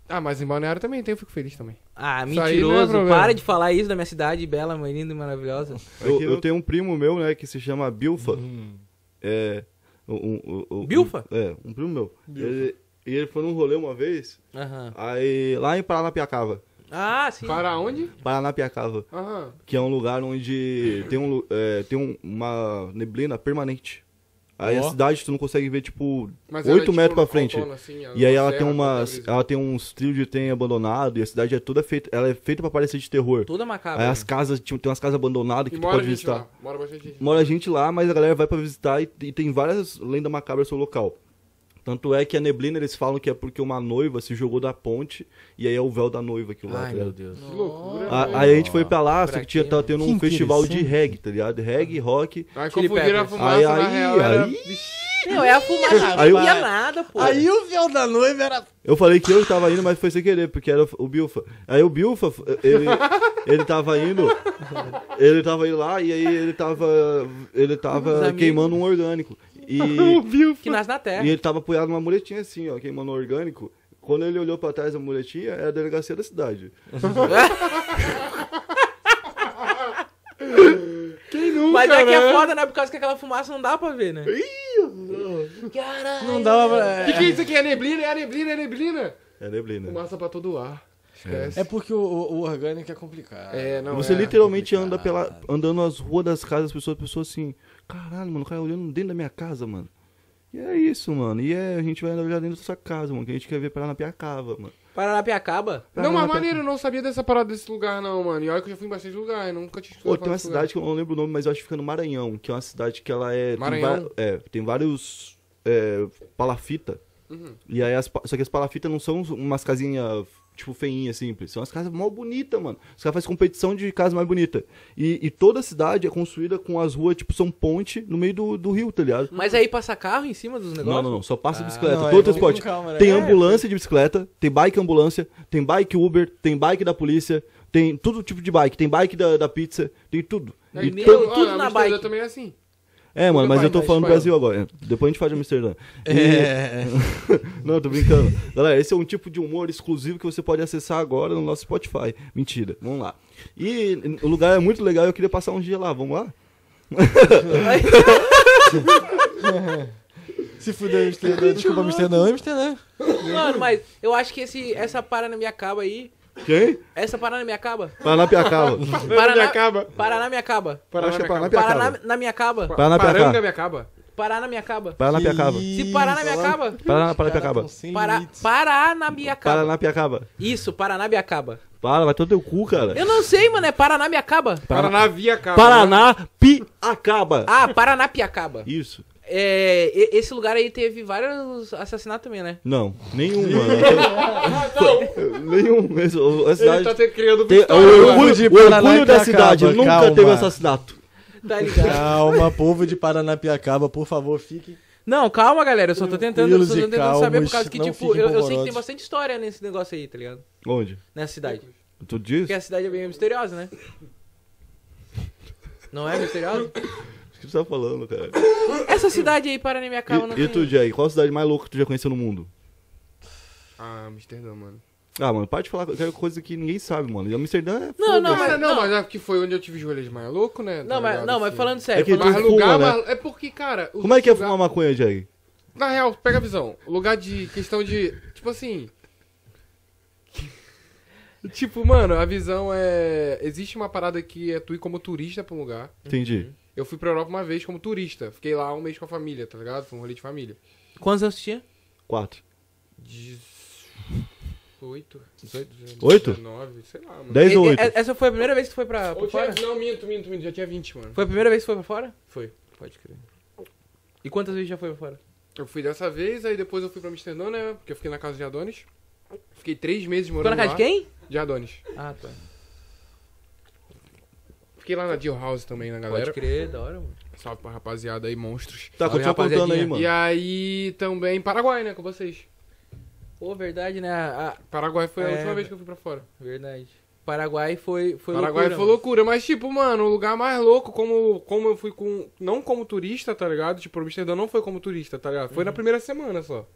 Ah, mas em Balneário também tem, eu fico feliz também.
Ah,
Isso aí não é
mentiroso.
problema.
Para de falar isso da minha cidade bela, mãe, linda e maravilhosa.
Eu,
Aqui
eu
eu-
tenho um primo meu, né, que se chama Bilfa.
Hum.
É. Um, um- um- um-
Bilfa?
é, um primo meu. Ele- e ele foi num rolê uma vez,
Aham.
aí lá em Paranapiacaba.
Ah, sim.
Para onde?
Paranapiacaba,
Aham.
que é um lugar onde tem, um, lu- é, tem um- uma neblina permanente. Aí a
Ó.
cidade tu não consegue ver, tipo,
Mas ela é,
oito
tipo,
metros pra
uma
frente.
autona, assim,
E aí ela
serra,
tem uma.
tá ligado?
Ela tem uns trilhos de trem abandonado e a cidade é toda feita. Ela é feita pra parecer de terror.
Toda
Aí
macabra.
as casas, tipo, tem umas casas abandonadas que
né? E
tu
mora
pode
gente
visitar.
lá. Mora bastante gente.
Mora gente lá, mas a galera vai pra visitar e, e tem várias lendas macabras no local. Tanto é que a neblina eles falam que é porque uma noiva se jogou da ponte e aí é o véu da noiva que lá. tá
Ai,
ligado?
meu Deus.
Que loucura,
A-
velho.
Ah, aí a gente foi pra lá, só
Pra
que tinha,
quê,
tava tendo um
Que
festival de
interessante.
reggae, tá ligado? Reggae, rock.
Aí
Chili
confundiram a
Peppers.
fumaça,
Aí-
na
aí-
real, né? era...
aí-
Não, é a fumaça.
Aí
não
eu-
via nada, pô.
Aí o véu da noiva era.
Eu falei que eu tava indo, mas foi sem querer, porque era o Bilfa. Aí o Bilfa, ele, ele tava indo. Ele tava indo lá e aí ele tava. Ele
Os
tava
amigos.
queimando um orgânico. E,
Que nasce na terra.
e ele tava apoiado numa muletinha assim, ó, queimando um orgânico. Quando ele olhou pra trás da muletinha, era a delegacia da cidade.
Quem nunca,
Mas é que
né?
é foda, né? Por causa que aquela fumaça não dá pra ver, né? Caralho.
Não dava pra.
O que,
É,
que é isso aqui? É neblina, é neblina, é neblina.
É neblina.
Fumaça pra todo ar. Esquece.
é porque o, o- o orgânico é complicado.
É, não,
Você
é.
literalmente anda pela,
complicado.
andando nas ruas das casas, as pessoas, as pessoas assim, caralho, mano, o cara olhando dentro da minha casa, mano. E é isso, mano. E é, a gente vai olhar dentro da sua casa, mano, que a gente quer ver parar na Piacava, mano.
Paranapiacaba?
Não, mas
Paranapiacaba.
maneiro, eu não sabia dessa parada desse lugar, não, mano. E olha que eu já fui em bastante lugar, eu nunca tinha
Pô,
escutado
tem uma cidade que eu não lembro o nome, mas eu acho que fica no Maranhão, que é uma cidade que ela é. Tem,
Maranhão?
va- é, tem vários. É, palafita. E aí as, pa- só que as palafitas não são umas casinhas, tipo, feinha simples. São as casas mó bonitas, mano. Os caras fazem competição de casa mais bonita. E, e toda a cidade é construída com as ruas, tipo, são ponte no meio do, do rio, tá ligado?
Mas aí passa carro em cima dos negócios?
Não, não, não. Só passa
Ah,
bicicleta.
não,
Todo
aí
outro
vamos com
esporte.
calma, né?
Tem
É,
ambulância de bicicleta, tem bike ambulância, tem bike Uber, tem bike da polícia, tem todo tipo de bike. Tem bike da, da pizza, tem tudo.
É,
E
meu,
todo-
tudo
olha,
na
Amsterdã
bike.
também é assim.
é, mano, mas
Vai,
eu tô
vai,
falando do
espanhol.
Brasil agora. É, Depois a gente fala de Amsterdã. E-
É.
Não, tô brincando. Galera, esse é um tipo de humor exclusivo que você pode acessar agora no nosso Spotify. Mentira, vamos lá. E o lugar é muito legal, eu queria passar um dia lá, vamos lá?
Se fuder Amsterdã, desculpa Amsterdã, Amsterdã.
Mano, mas eu acho que esse, essa Paranapiacaba aí...
Quem?
Essa Paranapiacaba?
Paranapiacaba.
Paraná... acaba.
Paranapiacaba.
Paraná
Acho que é
me acaba.
Paraná-
Paraná na minha caba.
Paranapiacaba.
Paranga me acaba.
Paranapiacaba.
Paranapiacaba.
Que
Se parar na
isso,
minha
olha.
caba.
Parana- Paranapiacaba.
Os caras tão sem
Para,
limites.
Paranapiacaba.
Paranapiacaba.
Isso, Paranapiacaba.
Para, vai todo teu cu, cara.
Eu não sei, mano, é Paranapiacaba?
Paraná via acaba.
Paranapiacaba.
Ah, Paranapiacaba.
Isso.
É, e- esse lugar aí teve vários assassinatos também, né?
Não, nenhum, mano. nenhum mesmo. A
Ele
cidade...
tá até criando
tem-
vitória
o
agora.
orgulho,
de
o orgulho da
Paranapiacaba,
cidade nunca
calma.
teve assassinato.
Tá ligado?
Calma, povo de Paranapiacaba, por favor, fiquem.
Não, calma, galera. Eu só tô tentando, eu só tô
Tranquilos e
tentando saber por
calmos,
causa que,
não
tipo,
fiquem
eu, eu sei que tem
polvorosos.
bastante história nesse negócio aí, tá ligado?
Onde?
Nessa cidade.
Tu diz?
Porque a cidade é bem misteriosa, né? Não é misteriosa?
O que você tá falando, cara?
Essa cidade aí, Paranapiacaba, não
E, e
tem...
tu, Jay, qual a cidade mais louca que tu já conheceu no mundo?
Ah, Amsterdã, mano.
Ah, mano, para de falar qualquer coisa que ninguém sabe, mano. E Amsterdã é.
Não, não,
Cara,
mas,
não,
não,
mas é que foi onde eu tive os rolês mais louco, né? Tá
Não, mas,
ligado,
não, mas
assim.
É
falando sério,
que
Mas
Tu
lugar,
fuma, né?
mas- é porque, cara... o
Como é que é
lugar-
fumar maconha, Jay?
Na real, pega a visão. Lugar de questão de. Tipo assim. Tipo, mano, a visão é. Existe uma parada que é tu ir como turista pra um lugar.
Entendi.
Eu fui pra Europa uma vez como turista. Fiquei lá um mês com a família, tá ligado? Foi um rolê de família.
Quantos anos tinha?
Quatro.
18, 18,
Oito?
19, sei lá, mano.
Dez ou
E- e-
oito?
Essa foi a primeira vez que tu foi pra, pra
Ou tinha-
fora?
não, minto, minto, minto. Já tinha 20, mano.
Foi a primeira vez que foi pra fora?
Foi.
Pode crer. E quantas vezes já foi pra fora?
Eu fui dessa vez, aí depois eu fui pra Amsterdã, né? Porque eu fiquei na casa de Adonis. Fiquei três meses
Foi
morando
na casa
lá.
de quem?
De Adonis.
Ah, tá.
Fiquei lá na Deal House também, na
Pode
galera.
crer, da hora, mano.
Salve pra rapaziada aí, monstros.
Tá,
Olha,
continua contando aí,
rapaziadinha.
mano.
E aí também Paraguai, né? Com vocês.
Pô, verdade, né? A- a-
Paraguai foi a
É,
última vez
velho.
que eu fui pra fora.
Verdade. Paraguai foi, foi
Paraguai
loucura.
foi
mano.
loucura, mas tipo, mano, o lugar mais louco, como, como eu fui com. Não como turista, tá ligado? Tipo, Amsterdã não foi como turista, tá ligado? Foi
Uhum.
na primeira semana só.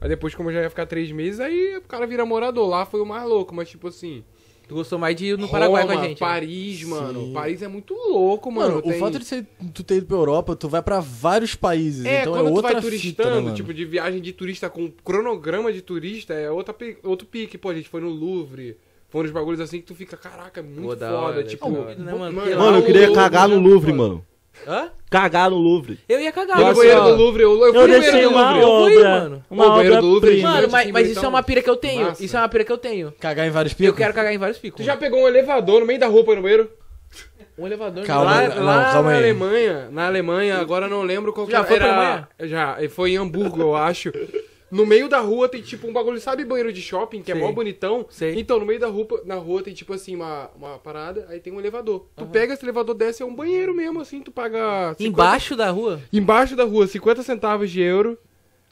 Aí depois, como eu já ia ficar três meses, aí o cara vira morador. Lá foi o mais louco, mas tipo assim.
Tu gostou mais de ir no Paraguai
Roma,
com a gente. né?
Paris, mano.
Sim.
Paris é muito louco, mano.
Mano, o
tem-
fato de você, tu ter ido pra Europa, tu vai pra vários países,
É,
então é
quando tu
outra
vai
fita, né,
turistando,
mano?
tipo, de viagem de turista com cronograma de turista, é outra, pi- outro pique. Pô, a gente foi no Louvre, foi nos bagulhos assim que tu fica, caraca, é muito
Pô, da
foda.
hora,
tipo,
da hora. Né, mano?
mano,
Que lá
Mano, eu
o-
queria
o-
cagar no
o-
Louvre, mano.
Hã?
Cagar no Louvre.
Eu ia cagar,
Fui no
Nossa,
banheiro
ó.
do Louvre, eu, eu fui
Eu
no
deixei
banheiro do
uma
Louvre.
eu fui,
obra.
mano.
Uma
O banheiro
obra
do Louvre,
prima.
Mano,
Gigante
mas,
aqui,
mas isso
então.
é uma pira que eu tenho.
Massa.
Isso é uma pira que eu tenho.
Cagar em vários picos.
Eu quero cagar em vários picos.
Tu já pegou um elevador no meio da rua pra ir no banheiro?
Um elevador.
Calma,
lá-
lá
não,
lá
calma
Ah, na
aí.
Alemanha, na Alemanha, agora eu não lembro qual que
Já foi pra
era. Já, e foi em Hamburgo, eu acho. No meio da rua tem tipo um bagulho, sabe banheiro de shopping, que é
Sei.
mó bonitão?
Sei.
Então, no meio da rua, na rua tem tipo assim, uma, uma parada, aí tem um elevador. Tu pega esse elevador, desce, é um banheiro mesmo, assim, tu paga. 50
Embaixo da rua?
Embaixo da rua, 50 centavos de euro.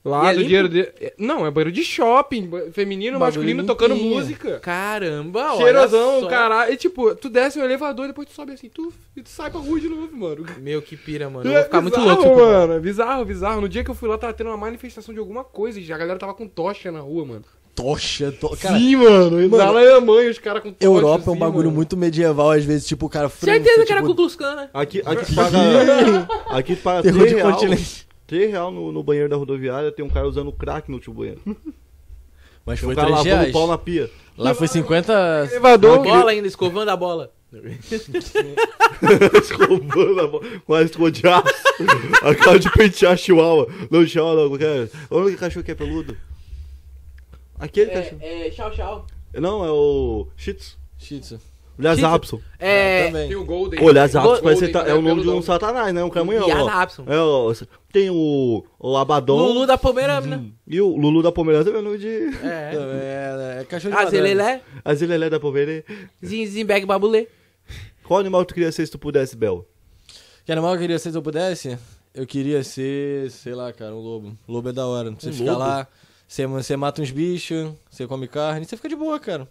E
Lá
é
do
limpo?
dinheiro de... é- Não, é banheiro de shopping, ba- feminino,
Bagulho
masculino, tocando
limpinho.
música.
Caramba, Ah, olha
Cheirosão,
só.
caralho. E tipo, tu desce no elevador e depois tu sobe assim, tu, e tu sai pra rua de novo, mano.
Meu, que pira, mano. Eu
É
vou ficar muito
bizarro,
louco. tipo,
mano. É bizarro, bizarro. No dia que eu fui lá, tava tendo uma manifestação de alguma coisa e a galera tava com tocha na rua, mano.
Tocha, to... cara,
Sim, mano. E Na Alemanha, os caras com tocha.
Europa é um
assim,
bagulho
mano.
muito medieval, às vezes, tipo, o cara...
Certeza
França,
que era
tipo,
Ku Klux Klan, né?
Aqui, aqui tu paga. Aqui tu paga
Terror
3
de
real,
continente.
3 real no, no banheiro da rodoviária, tem um cara usando crack no último banheiro.
Mas
Tem um
foi
cara
3
lavando o
reais.
pau na pia.
Lá foi 50...
Elevador.
Bola ainda, escovando a bola.
Escovando a bola com a escova de aço. Acaba de pentear a chihuahua. Não chihuahua, não. Qualquer... O único cachorro que é peludo. Aquele cachorro.
É, é, tchau, tchau.
Não, é o Shih Tzu.
Shih Tzu.
Lhasa
Shih Tzu.
Apso.
É.
Tem
Também.
o Golden. né?
Ô, Lhasa
Golden,
Apso parece que tá- é o nome de um
peludão.
satanás, né? Um caminhão,
Lhasa
ó.
Apso.
É, ó, Tem o, o Abaddon.
Lulu da Palmeiras, né?
E o Lulu da Palmeiras também é o nome de...
É.
É, é
Ah,
cachorro de madeira.
Azelelé,
Azilelé da Palmeiras.
Zinzimbeg Babulê.
Qual animal tu queria ser se tu pudesse, Bel?
Que animal eu queria ser se eu pudesse? Eu queria ser, sei lá, cara, um lobo. Lobo é da hora. Você
Um
fica
lobo?
lá, você, você mata uns bichos, você come carne, você fica de boa, cara.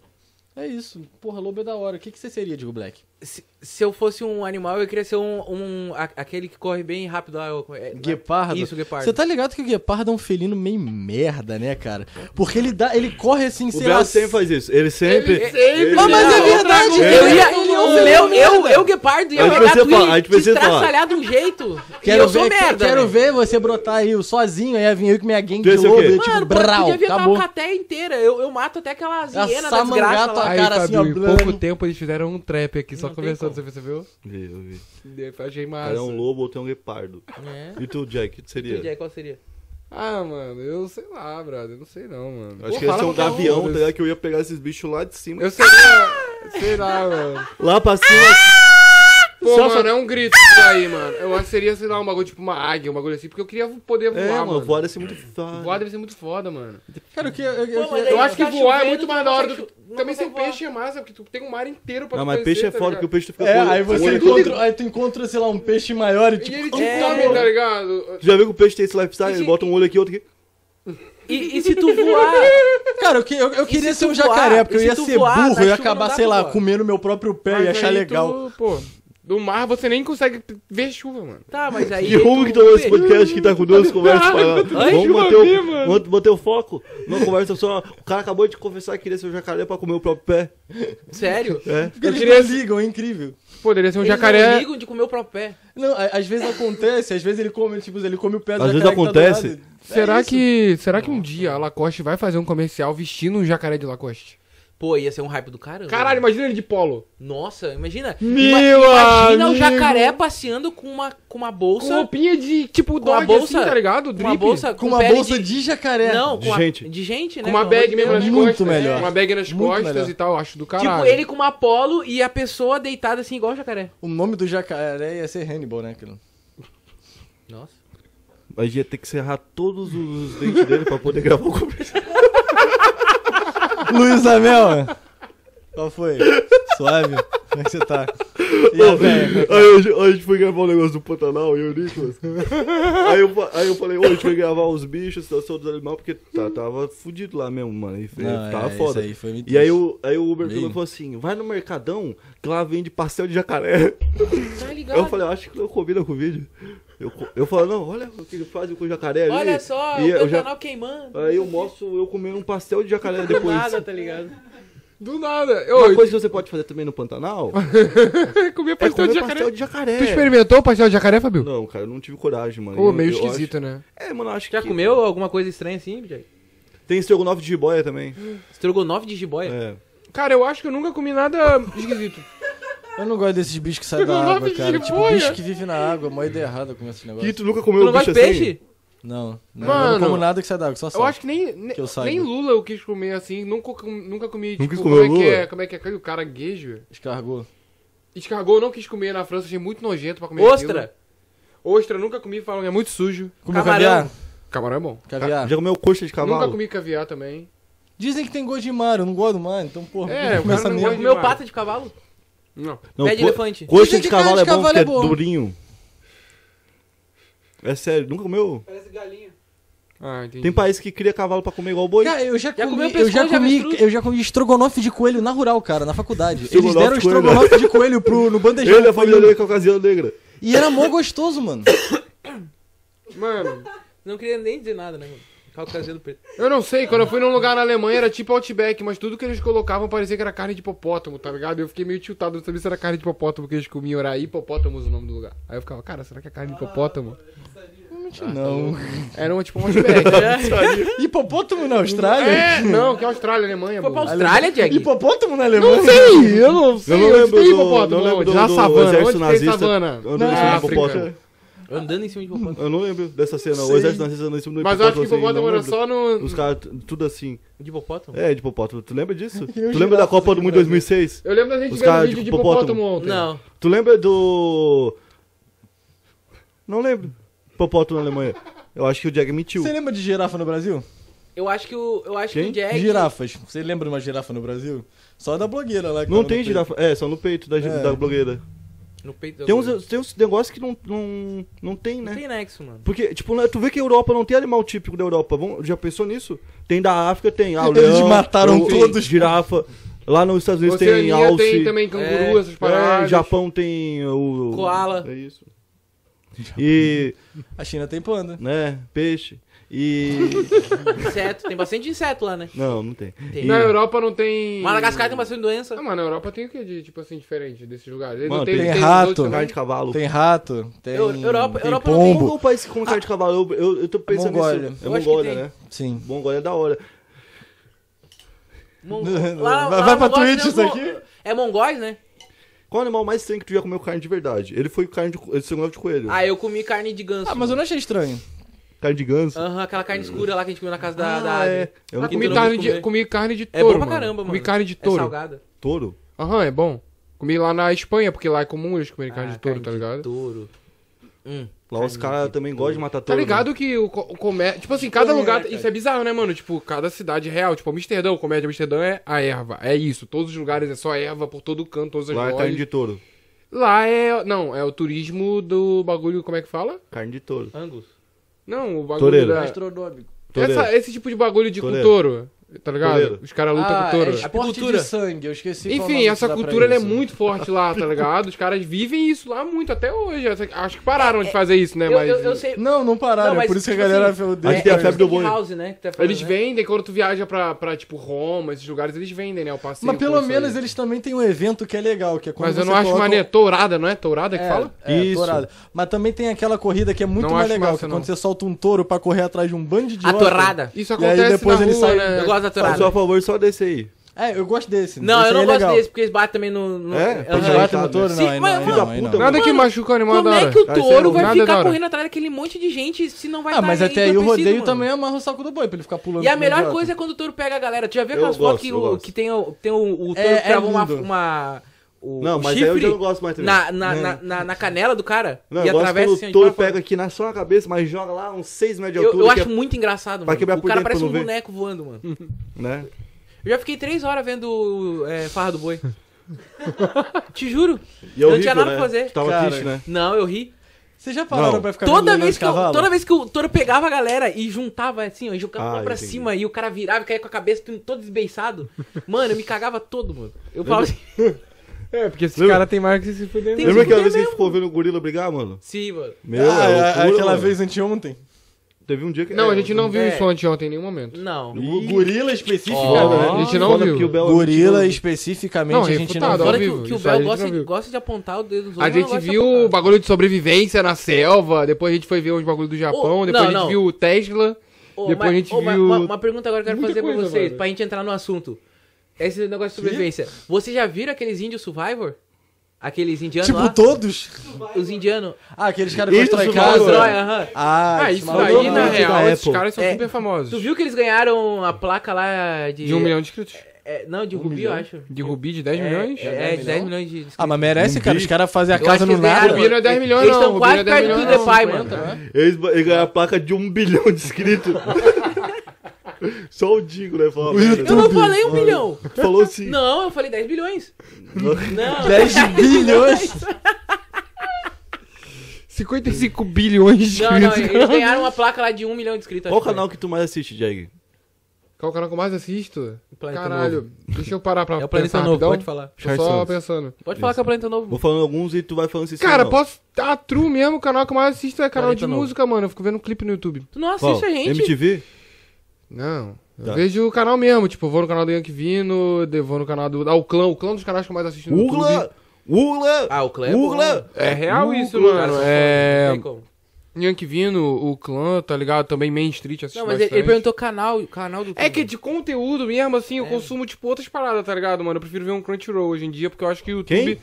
É isso. Porra, lobo é da hora. O que, que você seria, Digo Black?
Se, se eu fosse um animal, eu queria ser um. um a- aquele que corre bem rápido lá. eu- é-
Guepardo.
Isso, guepardo.
Você tá ligado que o guepardo é um felino meio merda, né, cara? Porque ele dá, ele corre assim,
O
sei lá...
Bel sempre faz isso. Ele sempre...
Ele sempre-
Ah, mas é
Não,
verdade,
outra
Eu
coisa.
ia.
Ele é
Eu, eu,
um merda.
eu, eu Guepardo, ia
A gente
pegar
precisa
tu
falar, a
e
gente precisa falar.
destraçalhar de um jeito.
Quero
e eu
ver,
sou merda.
quero
né?
ver você brotar aí o sozinho, aí vir eu com minha gangue
Tu
de
ia ser o
lobo,
quê?
eu tipo,
Mano,
brau,
podia vir
acabou.
uma cateia inteira. Eu, eu mato até aquela hiena da desgraça
samangata.
lá.
Aí,
Aí,
cara, assim,
Fabio,
ó,
em
blando.
pouco tempo eles fizeram um trap aqui, só
Não tem
conversando, você
como.
percebeu?
Vi, eu vi. O
Eu achei massa.
cara é um lobo ou tem um guepardo.
É.
E tu, Jack, o que seria?
Entendi, aí qual seria?
Ah, mano, eu sei lá, brother, eu não sei não, mano.
Acho
Pô,
que ia
fala
ser um
qualquer
gavião,
um,
tá
eu-
ligado? Que eu ia pegar esses bichos lá de cima.
Eu seria... sei lá, mano.
Lá pra cima.
Pô,
Só-
mano, é um grito isso aí, mano. Eu seria, sei lá, um bagulho tipo uma águia, um bagulho assim, porque eu queria poder voar,
É,
mano.
mano, voar assim muito fácil.
Voar deve ser muito foda, mano.
Cara, o que... Eu, eu, eu,
Eu acho que
Tá
voar é
chovendo,
muito
tu
mais
não
da hora do
consegue
que...
chu- não
Também ser um
consegue
peixe é massa, porque tu tem um mar inteiro pra
Não,
tu
mas
conhecer,
peixe é
tá
foda,
ligado?
que o peixe tu fica
É,
com-
aí
com
você
olho-
encontra, aí tu encontra, sei lá, um peixe maior e
E
tipo...
ele te
É.
come, tá ligado?
Tu já viu que o peixe tem esse lifestyle? Ele
Esse-
bota um olho aqui, outro aqui.
E, e se tu voar,
Cara, eu, que- eu, eu
E
queria
se
ser
tu
um jacaré,
voar?
porque eu
E
ia
se tu
ser
voar?
burro,
Na
eu ia
chuva não
acabar,
dá
sei
pra
lá,
voar.
comendo meu próprio pé e
Mas
achar
aí
legal.
tu, pô, do mar você nem consegue ver chuva, mano.
tá, mas aí.
E o que tá nesse podcast que tá com duas conversas paradas. Vamos
Deixa eu
manter
ver,
o,
mano.
vamos manter o foco. Uma conversa só. O cara acabou de confessar que queria ser um jacaré pra comer o próprio pé.
Sério?
É.
Porque
Eu
eles
queria-
não ligam, é incrível.
Poderia ser um
Eles não
jacaré.
ligam de comer o próprio pé.
Não, a- às vezes acontece, às vezes ele come, tipo, ele come o pé do
Às vezes
jacaré que tá do
acontece.
lado. É
Será
isso.
que, será que um dia a Lacoste vai fazer um comercial vestindo um jacaré de Lacoste?
Pô, ia ser um hype do caramba.
Caralho, imagina ele de polo.
Nossa, imagina.
Meu
ima- imagina o
amigo.
jacaré passeando com uma, com uma
Com
bolsa.
roupinha de tipo
Com a
dog
bolsa-
assim, tá ligado?
Com uma
Drip.
bolsa.
Com uma
pele
bolsa de, jacaré.
Não,
De
com a-
gente.
de gente, né?
Com uma
pelo amor
bag
de
mesmo
Deus.
nas
Muito
costas.
melhor.
Uma bag nas
Muito
costas
melhor.
e tal, acho do caralho.
Tipo, ele com uma polo e a pessoa deitada assim, igual o jacaré.
O nome do jacaré ia ser Hannibal, né, aquilo?
Nossa.
Mas ia ter que serrar todos os dentes dele pra poder gravar o comercial.
Luiz Amel! Qual foi? Suave? Como é que você tá? E a véia?
Aí hoje, hoje foi gravar o negócio do Pantanal e o Nicolas. Aí eu, fa- aí eu falei, hoje foi gravar os bichos, a situação dos animais, porque tá- tava fudido lá mesmo, mano. E, foi-
Não,
tava
é,
foda.
isso aí foi muito
E aí o, aí o Uber
Meio.
falou falou assim: vai no Mercadão, que lá vende pastel de jacaré.
Tá ligado?
Eu falei, acho que não combina com o vídeo. Eu, co- eu falo, não, olha o que eles fazem com o jacaré ali.
Olha só,
E
o
eu já-
Pantanal queimando.
Aí eu mostro eu comendo um pastel de jacaré
Do
depois.
nada, tá ligado?
Do nada.
Uma
Eu,
coisa que você pode fazer também no Pantanal
comia
é comer
pastel tá de jacaré.
pastel de jacaré.
Tu experimentou o pastel de jacaré, Fabio?
Não, cara, eu não tive coragem, mano.
Pô,
Eu-
meio
eu
esquisito, né?
acho- É, mano, eu acho
Já
que...
comeu alguma coisa estranha assim, Jack?
Tem estrogonofe de jiboia também.
Estrogonofe de jiboia?
É.
Cara, eu acho que eu nunca comi nada esquisito.
Eu não gosto desses bichos que saem
Eu não
da água,
gosto de
cara. Tipo,
jiboia.
bicho que vive na água, mó ideia errada comer esse negócio.
E tu nunca comeu
Tu
um
não gosta de
bicho assim?
peixe?
Não, não, eu
Mano,
não como nada que sai da água, só
Eu
sal.
acho que nem, ne-
Que eu saiba.
nem Lula eu quis comer assim, nunca, com- nunca comi,
Nunca quis
tipo,
comer
como é que
lula?
é, como é que é, o caraguejo.
Escargou.
Escargou, eu não quis comer na França, achei muito nojento pra comer
Ostra?
aquilo. Ostra, nunca comi, falam que é muito sujo.
Comeu
Camarão.
caviar?
Camarão é bom.
Caviar.
Já comeu coxa de
Nunca
cavalo?
comi caviar também.
Dizem que tem gosto de mar, eu não gosto do mar, então porra.
É,
não
o cara
começa
não
mesmo.
gosta de
Comeu
mar.
pata de cavalo?
Não.
Não,
Pé de
co-
elefante.
Coxa
Dizem
de
que carne
cavalo é
de
bom
cavalo
porque
é
é
bom.
durinho. É sério, nunca comeu?
Parece galinha.
Ah, entendi.
Tem país que cria cavalo pra comer igual boi.
Cara, eu já,
Já comeu
comi, eu
pescoço
já
de
comi,
avestruz?
eu já comi estrogonofe de coelho na rural, cara, na faculdade. Eles
Estrogonofe
deram
de coelho.
estrogonofe de coelho pro, no bandejão.
Ele é a família dele Ah, caucasiana negra.
E era mó gostoso, mano.
Mano,
Não queria nem dizer nada, né, mano? Caucasiano preto.
eu não sei, quando eu fui num lugar na Alemanha era tipo Outback, mas tudo que eles colocavam parecia que era carne de hipopótamo, tá ligado? Eu fiquei meio tiltado, não sabia se era carne de hipopótamo que eles comiam, era hipopótamos o nome do lugar. Aí eu ficava, cara, será que é carne de hipopótamo?
tá
não.
Era um tipo um Outback.
É,
Hipopótamo na Austrália?
É, não, que é Austrália, Alemanha,
Foi pra
boa.
Austrália, Jack?
Hipopótamo na
Não
Alemanha?
sei, eu não sei.
Eu não lembro
onde tem
do,
hipopótamo,
não lembro
onde?
do,
Na
do
savana,
exército
onde tem
nazista.
savana?
Eu não,
Na
lembro do
África.
hipopótamo.
Andando em cima de hipopótamo.
Eu não lembro dessa cena.
Sei.
O exército nazista andando em cima do
Mas eu acho que
assim,
hipopótamo
não
era
lembro.
só no...
Os caras, t- tudo assim.
De hipopótamo?
É, de hipopótamo. Tu lembra disso?
Eu
Tu lembra da
girava
Copa
aqui
do
no
Mundo
Brasil.
2006?
Eu lembro da gente
Os
vendo
caras
vídeo
de
de
hipopótamo.
hipopótamo ontem.
Não.
Tu lembra do... Não lembro. Hipopótamo na Alemanha. Eu acho que o Jack mentiu.
Você lembra de girafa no Brasil?
Eu acho que o, eu acho que
Quem?
o Jack...
Girafas. Você lembra de uma girafa no Brasil? Só da blogueira lá. que
Não
tava
tem
Tá no
girafa. É, só no peito da, gi-
É.
da blogueira.
No peito da
Tem
coisa.
uns, tem uns negócios que não, não, não tem,
Não
né?
tem nexo, mano.
Porque, tipo, né, tu vê que a Europa não tem animal típico da Europa. Vamos- já pensou nisso? Tem da África, tem. Ah, o
Eles
leão,
mataram
o-
todos.
Girafa. Lá nos Estados Unidos tem
Oceania
alce.
tem também canguru,
É,
essas paradas.
É, Japão tem o.
Koala.
É isso. E.
peito. A China tem panda.
né? Peixe. E.
Inseto. Tem bastante inseto lá, né?
não, não tem.
Tem.
E-
Na Europa não tem...
Madagascar tem bastante doença.
Não, mas Ah, na Europa tem o que de, tipo assim, diferente desses lugares? Eles
Mano,
não têm-
tem
tem os
rato.
outros
Carne
também.
de cavalo.
Tem rato. Tem,
Eu- Europa-
tem
Europa não tem
Qual
pombo.
o país que come carne de cavalo? Eu, eu, eu tô pensando
Mongólia.
nisso. É
Eu acho que
Ah. Mongólia,
tem.
né?
Sim.
Mongólia é da hora.
Mon-
Vai-
lá-
vai
lá
pra
mongóis
Twitch
tem
isso
mon-
aqui?
É mongóis, né?
Qual animal mais estranho que tu já comeu carne de verdade? Ele foi carne de, co- esse negócio de coelho.
Ah, eu comi carne de ganso.
Ah, mas eu não achei estranho.
Carne de ganso.
Aham, aquela carne escura lá que a gente comeu na casa da,
Ah,
da Adri.
é. Eu
Ah,
não
Que
comi
tu
comi
não
carne
quis
de,
comer.
comi carne de
É
touro,
bom pra
mano.
caramba,
Comi
mano.
carne de
É
touro.
salgada.
touro.
Aham, é bom. Comi lá na Espanha, porque lá é comum eles comerem carne
Ah,
de touro, tá ligado?
Touro. Hum.
Lá os caras também gostam de matar
Tá
né?
touro. né?
ligado que o, co- o comércio. Tipo assim, cada
Porra,
lugar.
cara.
Isso é bizarro, né, mano? Tipo, cada cidade é real. Tipo, Amsterdã, o comércio de Amsterdã é a erva. É isso. Todos os lugares é só erva por todo canto, todas as
né? Lá é
lojas.
carne de touro.
Lá é. Não, é o turismo do bagulho. Como é que fala?
Carne de touro.
Angus.
Não, o bagulho
Toureiro.
da.
Gastronômico.
Toureiro.
Essa- esse tipo de bagulho de com
Toureiro.
touro. Tá ligado?
Toureiro.
Os caras lutam
Ah,
com touro.
tipo,
É esporte
Apicultura.
de sangue, eu esqueci.
tipo,
qual o
Enfim,
nome
essa
que dá pra
cultura ela é
isso.
né?
muito forte lá, tá ligado? Os caras vivem isso lá muito até hoje. Essa- Acho que pararam de fazer isso, né?
É, Eu,
Mas.
eu, eu sei.
Não, não pararam, é
Não, mas,
por isso que a
tipo
galera
assim,
odeia.
Acho que tem a febre do
Steak
boi.
House, né? Que tá falando,
Eles
né?
vendem quando tu viaja pra, pra tipo, Roma, esses lugares, eles vendem, né? O passeio.
Mas pelo
com isso
menos
aí.
eles também têm um evento que é legal, que é quando
Mas eu
você
não acho
coloca-
maneiro. Tourada, não é? Tourada que
É,
fala?
é,
Isso.
tourada. Mas também tem aquela corrida que é muito
Não
mais
acho
legal,
massa,
que é
não.
quando você solta um touro pra correr atrás de um bando de
A
idiota.
torrada.
Isso
E aí
acontece
depois
na
eles
rua,
saem-
né?
Eu gosto da
Só, só a
torrada.
favor, só desse aí.
É, eu gosto desse.
Não,
Esse
eu
aí
não
é
gosto
legal.
desse, porque eles batem também no. no...
É,
Aham.
pode
Eles
Não,
batem no
sabe,
touro?
né?
Não, aí
Sim,
não,
mas-
aí não, aí
filha da
não.
puta,
Nada que
Mano,
machuca o animal
Como
da hora.
é que o
Vai ser
touro
louco.
vai
Nada é da
ficar
hora.
correndo atrás daquele monte de gente se não vai tá
Ah,
estar
mas
nem
até aí o
entorpecido,
rodeio
mano?
também amarra o saco do boi, pra ele ficar pulando.
E a
que nem
melhor
idiota.
coisa é quando o touro pega a galera. Tu já viu
Eu
aquelas fotos
gosto,
que,
eu
o-
gosto.
que tem o, tem o, o touro
É-
que trava
é
uma.
lindo.
uma o,
Não,
o
mas aí
chifre
eu já não gosto mais também.
na, na,
Não.
na, na, na canela do cara
Não,
e
eu gosto
atravessa
quando
assim,
o
de
touro
uma forma-
pega aqui na sua cabeça, mas joga lá uns 6 metros de
Eu,
altura.
eu
que é-
acho muito engraçado,
Vai
mano.
quebrar
O
por
cara
dentro
parece
pra
um
não ver.
boneco voando, mano.
né?
Eu já fiquei três horas vendo é, Farra do Boi. Te juro.
E
Eu
horrível,
não tinha nada
né?
pra fazer.
Tava
Cara,
triste, né?
Não, eu ri.
Vocês
é
já pararam
Não.
pra ficar
Toda vez,
vendo leilão de
que eu,
cavalo?
toda vez que o touro pegava a galera e juntava assim, ó, e jogava
Ah,
lá pra
entendi.
cima e o cara virava e caía com a cabeça tudo- todo desbeiçado. Mano, eu me cagava todo, mano. Eu falava assim,
É, porque esse
Lembra?
cara tem mais que se fuder
Tem
mesmo.
Lembra
que
aquela
fuder
vez que a gente ficou vendo o gorila brigar, mano?
sim, mano.
Meu,
Ah,
é
a-
loucura,
aquela
mano.
vez anteontem.
Teve um dia que.
Não, a gente não viu
É.
isso ontem, ontem em nenhum momento.
Não.
Ih.
Gorila especificamente.
Ó,
Foda, né?
a gente não
Foda
viu.
porque o
Então,
Belo
Gorila
Horizonte-
especificamente
Não,
a gente não
refutado,
viu.
Agora
é ao
que,
vivo,
que o
isso aí a
Bel
gente
gosta,
não viu.
gosta de apontar o dedo dos outros.
A
mas não
gente
gosta de
viu
apontar.
o bagulho de sobrevivência na selva, depois a gente foi ver os bagulhos do Japão,
Ô,
depois
não,
a gente
não.
viu o Tesla.
Ô,
Depois a gente
uma,
viu-
uma- uma pergunta agora que eu quero
Muita
fazer pra
coisa,
vocês,
mano.
pra gente entrar no assunto. Esse negócio de sobrevivência. Vocês já viram aqueles índios Survivor? Aqueles indianos
Tipo,
lá?
todos?
Os indianos.
Ah, aqueles caras que
Isso,
constroem
mano.
Constrói,
casa.
aham.
Ah,
Ah,
esse
isso
maluco é
daí, na
maluco da
real, esses
Apple.
caras são
É.
super famosos.
Tu viu que eles ganharam a placa lá de...
De um milhão de inscritos.
É, não, de rubi, eu acho.
De Rubi de 10
É,
milhões?
É, é, de 10 milhões de...
Ah, mas merece, cara. Os caras fazem a
Eu acho
casa
que
no
eles
nada.
ganharam-
Rubi não é 10 milhões,
Eles
não.
estão
Rubi
quase
não é 10
perto do
milhões, não,
Depay,
50,
mano.
né?
Eles eles ganharam a placa de um bilhão de inscritos. Só o Digo, né? Falou,
Eu não falei um milhão.
falou sim.
Não, eu falei 10 bilhões. Não.
10 bilhões.
55 bilhões de
Não, não,
inscritos.
eles ganharam uma placa lá de um milhão de inscritos.
Qual
acho que
canal que tu mais assiste, Jag?
Qual é o canal que eu mais assisto?
foi. Planeta
Caralho,
Novo.
deixa eu parar pra
É o
pensar
Planeta Novo,
rapidão.
pode falar.
Tô
Charles
só
Santos.
pensando.
Pode falar que é o Planeta Novo.
Vou falando alguns e tu vai falando se sim
Cara,
ou não.
posso... Ah, true mesmo, o canal que eu mais assisto é canal
Planeta
de
Novo.
música, mano. Eu fico vendo um clipe no YouTube.
Tu não
Qual?
assiste a gente.
MTV?
Não. Eu
Tá.
vejo o canal mesmo, tipo, eu vou no canal do Yankee Vino, eu vou no canal do. Ah, o clã, o clã dos canais que eu mais assisto no YouTube.
Ugla! Ugla!
Ah, o Cleo.
Ugla!
É real
Ugla.
isso,
Cara,
mano.
só
É.
fala, não tem como.
Yankee Vino, o clã, tá ligado? Também Main Street assisto
Não, mas ele, ele
bastante.
perguntou canal, canal do
É que de conteúdo mesmo, assim, eu
É.
consumo, tipo, outras paradas, tá ligado, mano? Eu prefiro ver um Crunchyroll hoje em dia, porque eu acho que o YouTube.
Quem?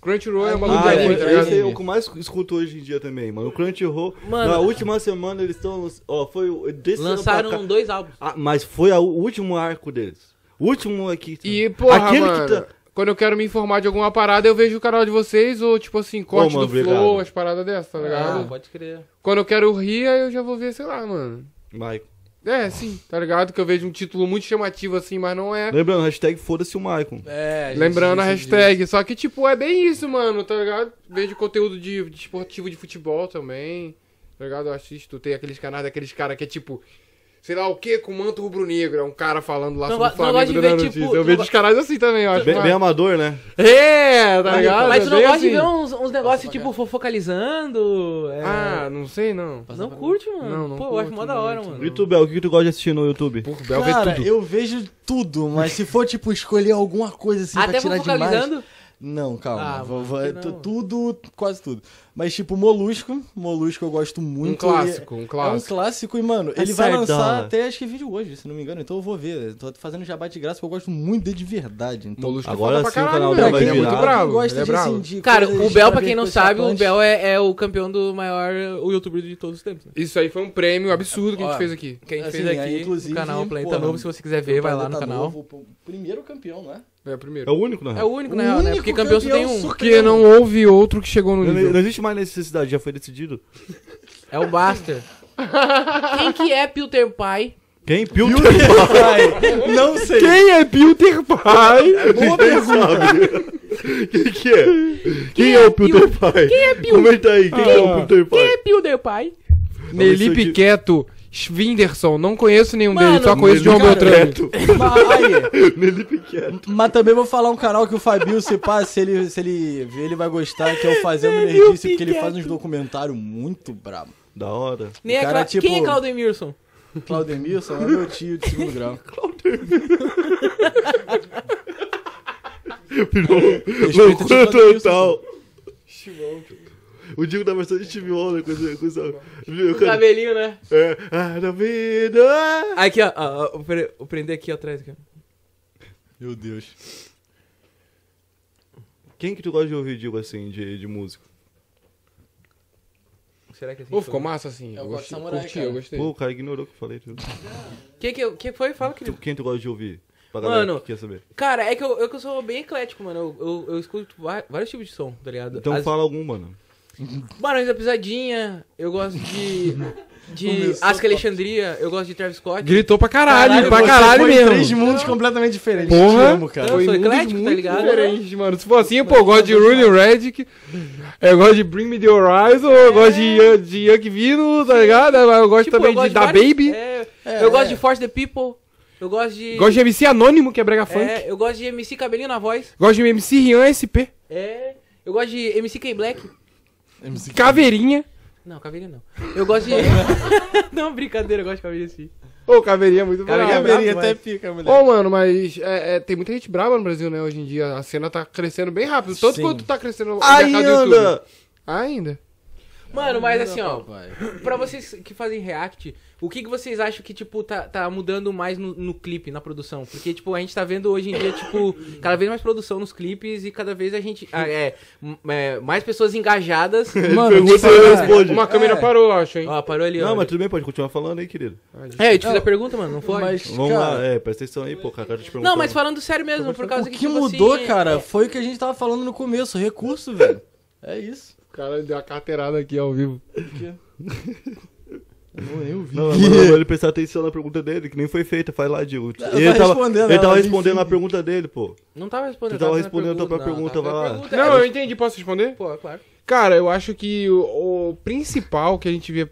Crunchyroll é uma
Ah,
Ah,
é,
luta
é,
livre, tá
é,
é, esse
ligado?
é o que eu mais escuto hoje em dia também, mano. O Crunchyroll.
Mano-
na última semana eles estão. Ó, foi o. desse ano pra cá.
Lançaram um- dois álbuns.
Ah, mas foi a- o último arco deles. O último aqui.
E, porra,
Aquele
mano,
que tá.
quando eu quero me informar de alguma parada, eu vejo o canal de vocês, ou, tipo assim, corte
mano,
do flow,
obrigado.
as paradas dessas, tá
Ah,
ligado?
pode crer.
Quando eu quero rir, aí eu já vou ver, sei lá, mano.
Michael.
É, sim, tá ligado? Que eu vejo um título muito chamativo assim, mas não é.
Lembrando, hashtag foda-se o Michael.
É, gente,
Lembrando a
esqueci disso.
hashtag. Só que, tipo, é bem isso, mano, tá ligado? Vejo conteúdo de, de esportivo de futebol também. Tá ligado? Eu assisto, tem aqueles canais daqueles caras que é tipo. Sei lá o que com manto rubro-negro. É um cara falando lá
Não
sobre o
go- não gosto
Flamengo
de
durante
ver,
a notícia.
tipo,
eu
não
vejo
go-
os canais assim também, eu acho.
Bem,
mas-
bem amador, né?
É, tá ligado?
Mas tu
É
não
bem
gosta de
assim.
ver uns, uns negócios, tipo, fofocalizando?
né?
é,
Ah, não sei não.
não curte, mano.
Não, não
Pô, eu acho
curto
mó da hora,
muito,
mano.
E tu, Bel, o que que tu gosta de assistir no YouTube?
Porra, o Bel vê
Cara,
é
tudo.
eu vejo tudo, mas se for, tipo, escolher alguma coisa assim
Até
pra tirar demais...
focalizando?
Não, calma.
Ah,
vou-
mano,
vou-
que
tu-
não.
Tudo, quase tudo. Mas, tipo, Molusco. Molusco eu gosto muito.
Um clássico, um
e- É um
clássico.
clássico e, mano,
É
ele vai
cerdola.
lançar até acho que vídeo hoje, se não me engano. Então eu vou ver. Tô fazendo jabá de graça porque eu gosto muito dele de verdade. Então,
Molusco
Agora
é foda pra
sim o
caralho,
canal
velho.
dele vai
Ele é
virar.
muito
Quem
bravo.
gosta
ele é
de,
bravo.
assim, de
Cara,
coisas
o Bel, pra
ver
quem não
com
sabe, o
escapante.
Bel é, é o campeão do maior o youtuber de todos os tempos. né?
Isso aí foi um prêmio absurdo que a gente
Ó,
fez aqui.
Que a gente
Assim,
fez
é,
aqui
inclusive,
no canal Planeta
pô,
Novo. Se você quiser ver, vai lá no
Planeta
canal.
tá Novo, pô, primeiro campeão, né?
É o
É
primeiro.
o único, na
É o
real.
único,
O
na real, né?
único
Porque campeão só tem
campeão
um.
super-
Porque não houve outro que chegou no
Não,
nível.
não existe mais necessidade, já foi decidido.
É o Buster. Quem que é Peter Pai?
Quem? Piu?
Ai, não sei.
Quem é Peter
Então,
Pai?
Boa pergunta.
Quem que é? Quem, é o Peter Pai? Quem é Piu? Comenta aí, quem é o Peter
Quem é
Pai?
Peter Pai?
Nelipe Quieto, Schwinderson. Não conheço nenhum
Mano,
deles, só conheço João
Nelipe
Beltrame.
Quieto.
Mas, aí,
Nelipe Quieto.
mas também vou falar um canal que o Fabio, se pá, se ele, se ele ver, ele vai gostar, que é o Fazendo Nerdice, porque ele faz uns documentários muito brabo.
Da hora.
Nem é
cara
Cla-
é tipo-
Quem é Claudemirson?
Claudemirson é meu tio de segundo grau.
Loucura total. é O Diego tá da versão de Steve Wonder com esse- com essa. Viu,
O
cara?
cabelinho, né?
É, ah, na vida.
Aqui, ó. ó, ó, vou pre- vou prender aqui atrás. Aqui. ó.
Meu Deus.
Quem que tu gosta de ouvir, digo assim, de, de músico?
Será que assim.
Pô, ficou
foi?
massa assim.
Eu
Eu,
gosto de
gostei,
samurai,
curti,
cara.
eu gostei.
Pô, o cara ignorou o que eu falei. Tudo.
Que que, eu- que foi? Fala, querido.
Tu- Quem tu gosta de ouvir? Pra galera
Mano,
que quer saber.
Cara, é que eu, eu, que eu sou bem eclético, mano. Eu, eu, eu escuto va- vários tipos de som, tá ligado?
Então
As-
fala algum, mano.
Barões da Pisadinha, eu gosto de. De
Começou
Asca Alexandria, eu gosto de Travis Scott.
Gritou pra caralho,
Caralho,
pra
você
caralho
foi em Três
mesmo.
mundos completamente diferentes.
Porra.
Te amo, cara.
Eu
Foi
sou
mundos
eclético, tá
muito
ligado?
diferentes, mano. Se for assim, pô, eu gosto de Rooney Redick, eu gosto de Bring Me The Horizon, eu gosto de, Yan- de Young Vino, tá ligado? Eu gosto
Tipo,
também
eu gosto
de Da
vários-
Baby,
é,
É,
eu gosto
é.
de Force the People. Eu gosto de.
gosto de MC Anônimo, que é brega funk,
é, eu gosto de MC Cabelinho na voz.
gosto de MC Rian SP,
É. Eu gosto de MC K Black.
MC.
Caveirinha.
Não, Caveirinha não. Eu gosto de. não, brincadeira, eu gosto de Caveirinha sim.
Ô, Caveirinha é muito
Cara,
brabo.
Caveirinha.
Caberia
brabo,
até
mas-
pica, mulher.
Ô, mano, mas é, é, tem muita gente brava no Brasil, né, hoje em dia. A cena tá crescendo bem rápido. Tanto
Sim.
quanto tá crescendo o mercado do YouTube.
Ainda!
Ainda.
Mano, mas assim, ó.
Papai.
Pra vocês que fazem react, o que, que vocês acham que, tipo, tá, tá mudando mais no, no clipe, na produção? Porque, tipo, a gente tá vendo hoje em dia, tipo, cada vez mais produção nos clipes e cada vez a gente. ah, é, m- é, mais pessoas engajadas.
Mano,
Pergunta e responde.
Uma câmera
É.
parou, eu acho, hein.
Ó, parou ali, ó.
Não, mas tudo bem, pode continuar falando aí, querido.
É, eu te fiz
Não,
a pergunta, mano, não foi?
Mas,
Vamos
cara,
lá, é, presta atenção aí, pô, cara, eu tô te perguntando.
Não, mas falando sério mesmo, por causa
o que
tipo,
mudou,
assim,
cara, foi o que a gente tava falando no começo, recurso, velho. É isso.
O cara deu uma carteirada aqui ao vivo.
Não, nem ouvi.
Não, mas mandou ele prestar atenção na pergunta dele, que nem foi feita, faz lá, Diego.
Ela
Ele
tá
tava
respondendo,
respondendo, ele
ela,
tava
mas
respondendo
enfim.
a pergunta dele, pô.
Não tava respondendo.
Tu tava
fazendo a
respondendo a tua própria pergunta,
não,
vai
tava
lá.
fazendo a
Não, eu
pergunta. é
entendi. Posso responder?
Pô, é claro.
Cara, eu acho que o, o principal que a gente vê...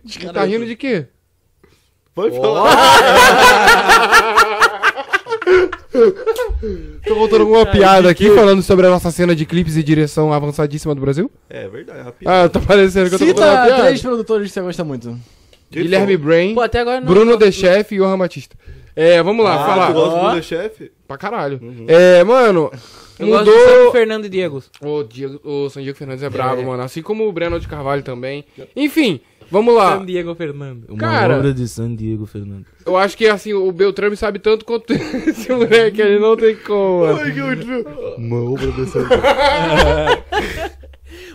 né?
Tá rindo de quê?
Pode falar.
Tô contando alguma piada aqui falando sobre a nossa cena de clipes e direção avançadíssima do Brasil?
É verdade, é rápido.
Ah, tá parecendo que eu tô contando uma
Cita
piada.
três produtores que você gosta muito.
Guilherme Brain,
Pô, até agora não.
Bruno The Chef e Johan Batista. É, vamos lá,
Ah,
falar.
tu gosta do
Ó.
Mundo Chefe?
Pra caralho. É, mano,
Eu gosto do Santo
mudou...
Fernando e Diego.
O, Diego, o San Diego Fernandes é brabo, mano. Assim como o Breno de Carvalho também. Enfim, vamos lá.
San Diego Fernando.
Cara- obra
de San Diego, Fernando.
Eu acho que, assim, o Beltrame sabe tanto quanto esse moleque. Ele não tem como, mano.
Não, professor.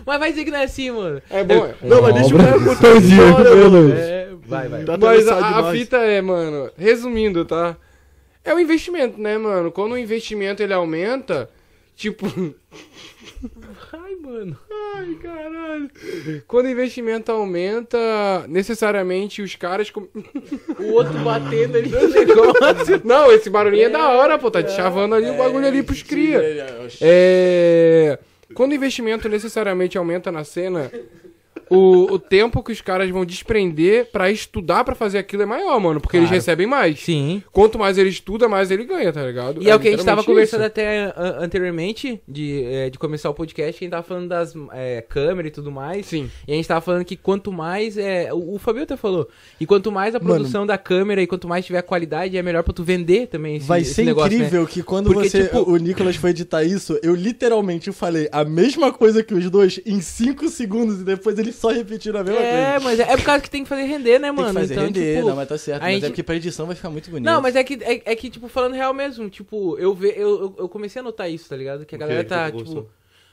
Mas vai dizer que não é assim, mano.
É bom, é.
Não, mas deixa o cara contar a
San Diego
história, mano.
É, vai, vai.
Tá
Mas a,
atravessado
a
demais.
fita é, mano, resumindo, tá? É o investimento, né, mano? Quando o investimento ele aumenta, tipo.
Ai, mano.
Ai, caralho. Quando o investimento aumenta, necessariamente os caras. com-
O outro batendo ali no negócio.
Não, esse barulhinho é da hora, pô. Tá te chavando ali o bagulho ali pros cria. É. Quando o investimento necessariamente aumenta na cena, o, o tempo que os caras vão desprender pra estudar pra fazer aquilo é maior, mano. Porque eles
Claro.
recebem mais.
Sim.
Quanto mais ele estuda, mais ele ganha, tá ligado?
E é, o que a gente tava
literalmente
conversando
isso.
até ah, anteriormente, de, eh, de começar o podcast, que a gente tava falando das eh, câmeras e tudo mais.
Sim.
E a gente tava falando que quanto mais. É, o, o Fabio até falou. E quanto mais a produção da câmera e quanto mais tiver a qualidade, é melhor pra tu vender também esse,
Vai
esse
ser
negócio. né?
incrível que quando
Porque,
você,
tipo-
o Nicolas foi editar isso, eu literalmente falei a mesma coisa que os dois em 5 segundos e depois eles só repetiram a mesma
É,
coisa.
mas é, é por causa que tem que fazer render, né, mano?
Tem que fazer
então,
render,
tipo,
não, mas tá certo.
a
Mas
gente-
é porque pra edição vai ficar muito bonito.
Não, mas é que, é, é que, tipo, falando real mesmo, tipo, eu, ve, eu, eu, eu comecei a notar isso, tá ligado? Que a
O quê?
galera
Que
tá,
tu gostou?
tipo,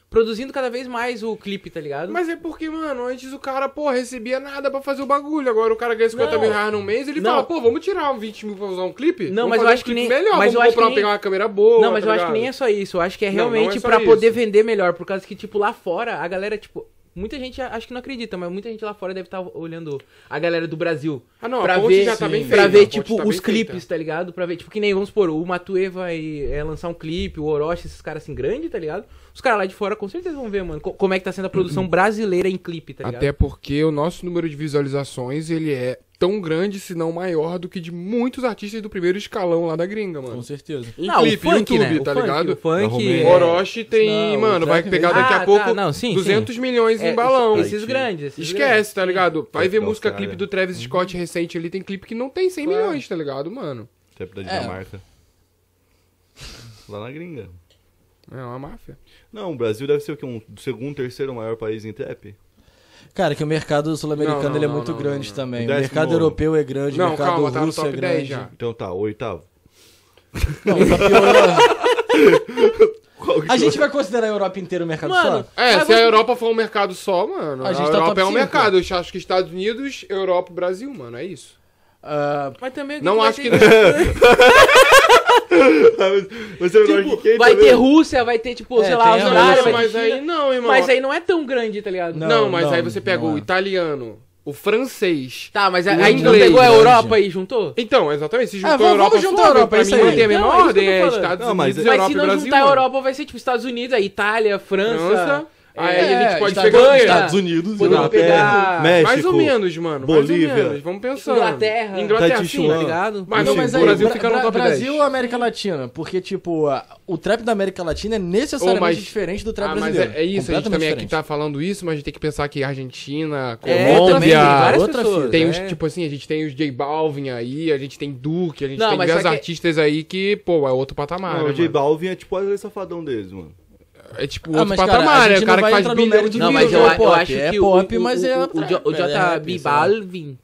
produzindo cada vez mais o clipe, tá ligado?
Mas é porque, mano, antes o cara, pô, recebia nada pra fazer o bagulho. Agora o cara ganha 50
Não.
mil reais no mês, ele
Não.
fala, pô, vamos tirar um 20 mil pra usar um clipe?
Não, mas
Vamos
eu
fazer um
acho que
clipe
nem-
Melhor,
mas
vamos
eu acho
comprar, um,
que nem-
pegar uma câmera boa. tá
não, mas eu acho que nem é
essa.
só isso. Eu acho que é
Não, não é
realmente
só
pra poder
isso.
vender melhor. Por causa que, tipo, lá fora, a galera, tipo. Muita gente acho que não acredita, mas muita gente lá fora deve estar olhando a galera do Brasil.
Ah, não, a
pra
ponte
ver,
já tá bem
pra
feita, a
ver
ponte
tipo,
tá bem
os
feita.
clipes, tá ligado? Pra ver, tipo, que nem, vamos supor, o Matue vai é, lançar um clipe, o Orochi, esses caras assim, grande, tá ligado? Os caras lá de fora com certeza vão ver, mano, co- como é que tá sendo a produção brasileira em clipe, tá ligado?
Até porque o nosso número de visualizações, ele é tão grande, se não maior, do que de muitos artistas do primeiro escalão lá da gringa,
Com
mano.
certeza.
Em
não,
clipe,
o funk,
YouTube,
né? O
tá
funk,
ligado?
O funk,
Romênia.
é...
É.
Orochi tem,
Não,
mano,
o
vai
track
pegar
mesmo.
daqui
Ah,
a
tá,
pouco
não, sim,
200 milhões
é,
em balão.
Esses grandes, esses grandes. Uhum.
Esquece, tá ligado? Vai ver
da
música
Austrália.
clipe do Travis Scott recente ali, tem clipe que não tem 100 milhões, tá ligado, mano?
Tempo é da Dinamarca. Lá na gringa.
É uma máfia.
Não, o Brasil deve ser o quê? Um segundo, terceiro maior país em trap?
Cara, que o mercado sul-americano
Não, não,
ele é
não,
muito
não,
grande
não, não.
também. O
Décimo
mercado
nono.
europeu é grande, o
Não,
mercado
calma, tá no
russo é
top
grande.
10 já.
Então tá, oitavo.
Não, tá piorando.
Qual que
A gente vai considerar a Europa inteira o mercado
Mano,
só?
É,
Mas
se a
você-
Europa for um mercado só, mano,
A
a,
gente tá
Europa
top
é um
cinco.
mercado. Eu acho que Estados Unidos, Europa, Brasil, mano, é isso.
Ah,
Mas também o que
Não
vai
acho
ter-
que-
Você é melhor que
Tipo,
quem
vai
também?
ter Rússia, vai ter, tipo,
É,
sei lá,
tem a
Não,
Austrália,
Austrália,
Rússia,
vai
mas
ter
aí
China.
não, irmão.
Mas aí não é tão grande, tá ligado?
Não.
Não, mas
não,
aí você pega
não
o
é.
italiano, o francês.
Tá, mas a-
Não,
aí não
inglês,
pegou a
grande.
Europa e juntou?
Então, exatamente, se juntou
Ah, vamos-
a Europa,
vamos juntar a
foda,
Europa, é
pra
isso
mim
aí.
mantém a mesma
Não, é isso que
ordem,
eu tô
é
falando.
Estados
Não, mas é-
Unidos,
Mas
Europa
se
e
não
Brasil.
juntar a
mano.
Europa, vai ser tipo Estados Unidos, aí Itália, França.
França, aí
é,
a gente pode
Estados-
pegar...
Estados Unidos,
Podemos
Europa.
pegar-
né? México,
Mais ou menos, mano.
Bolívia,
mais ou menos. Vamos pensando.
Inglaterra,
Inglaterra, sim.
Taiwan.
Tá ligado?
Mas
não,
sim,
mas
o
aí,
Brasil
Bra-
fica no
Bra-
top 10.
Brasil ou América Latina? Porque, tipo, a- o trap da América Latina é necessariamente
Ô, mas-
diferente do trap
Ah, mas
Tá brasileiro.
é, é isso, a gente
Completamente
também aqui
diferente.
tá falando isso, mas a gente tem que pensar que Argentina,
É, também
Colômbia,
tem várias
outra
pessoas,
fita.
tem
né?
uns, tipo assim, a gente tem os J Balvin aí, a gente tem Duque, a gente
Não,
tem
mas só
diversos
que-
artistas aí que, pô, é outro patamar,
Não,
né,
o J
mano?
Balvin é tipo o safadão deles, mano.
É tipo
Ah,
outro
mas, cara, a
patamar,
gente
é o
não
cara que
vai
faz
entrar no
bilhões
mérito
de
Não,
do
views, né?
mas
Brasil
eu,
é
eu
pop,
acho
é
que
pop,
o, o,
mas
o,
é
o,
trap,
J- o
é rap,
JB
sei lá.
Balvin,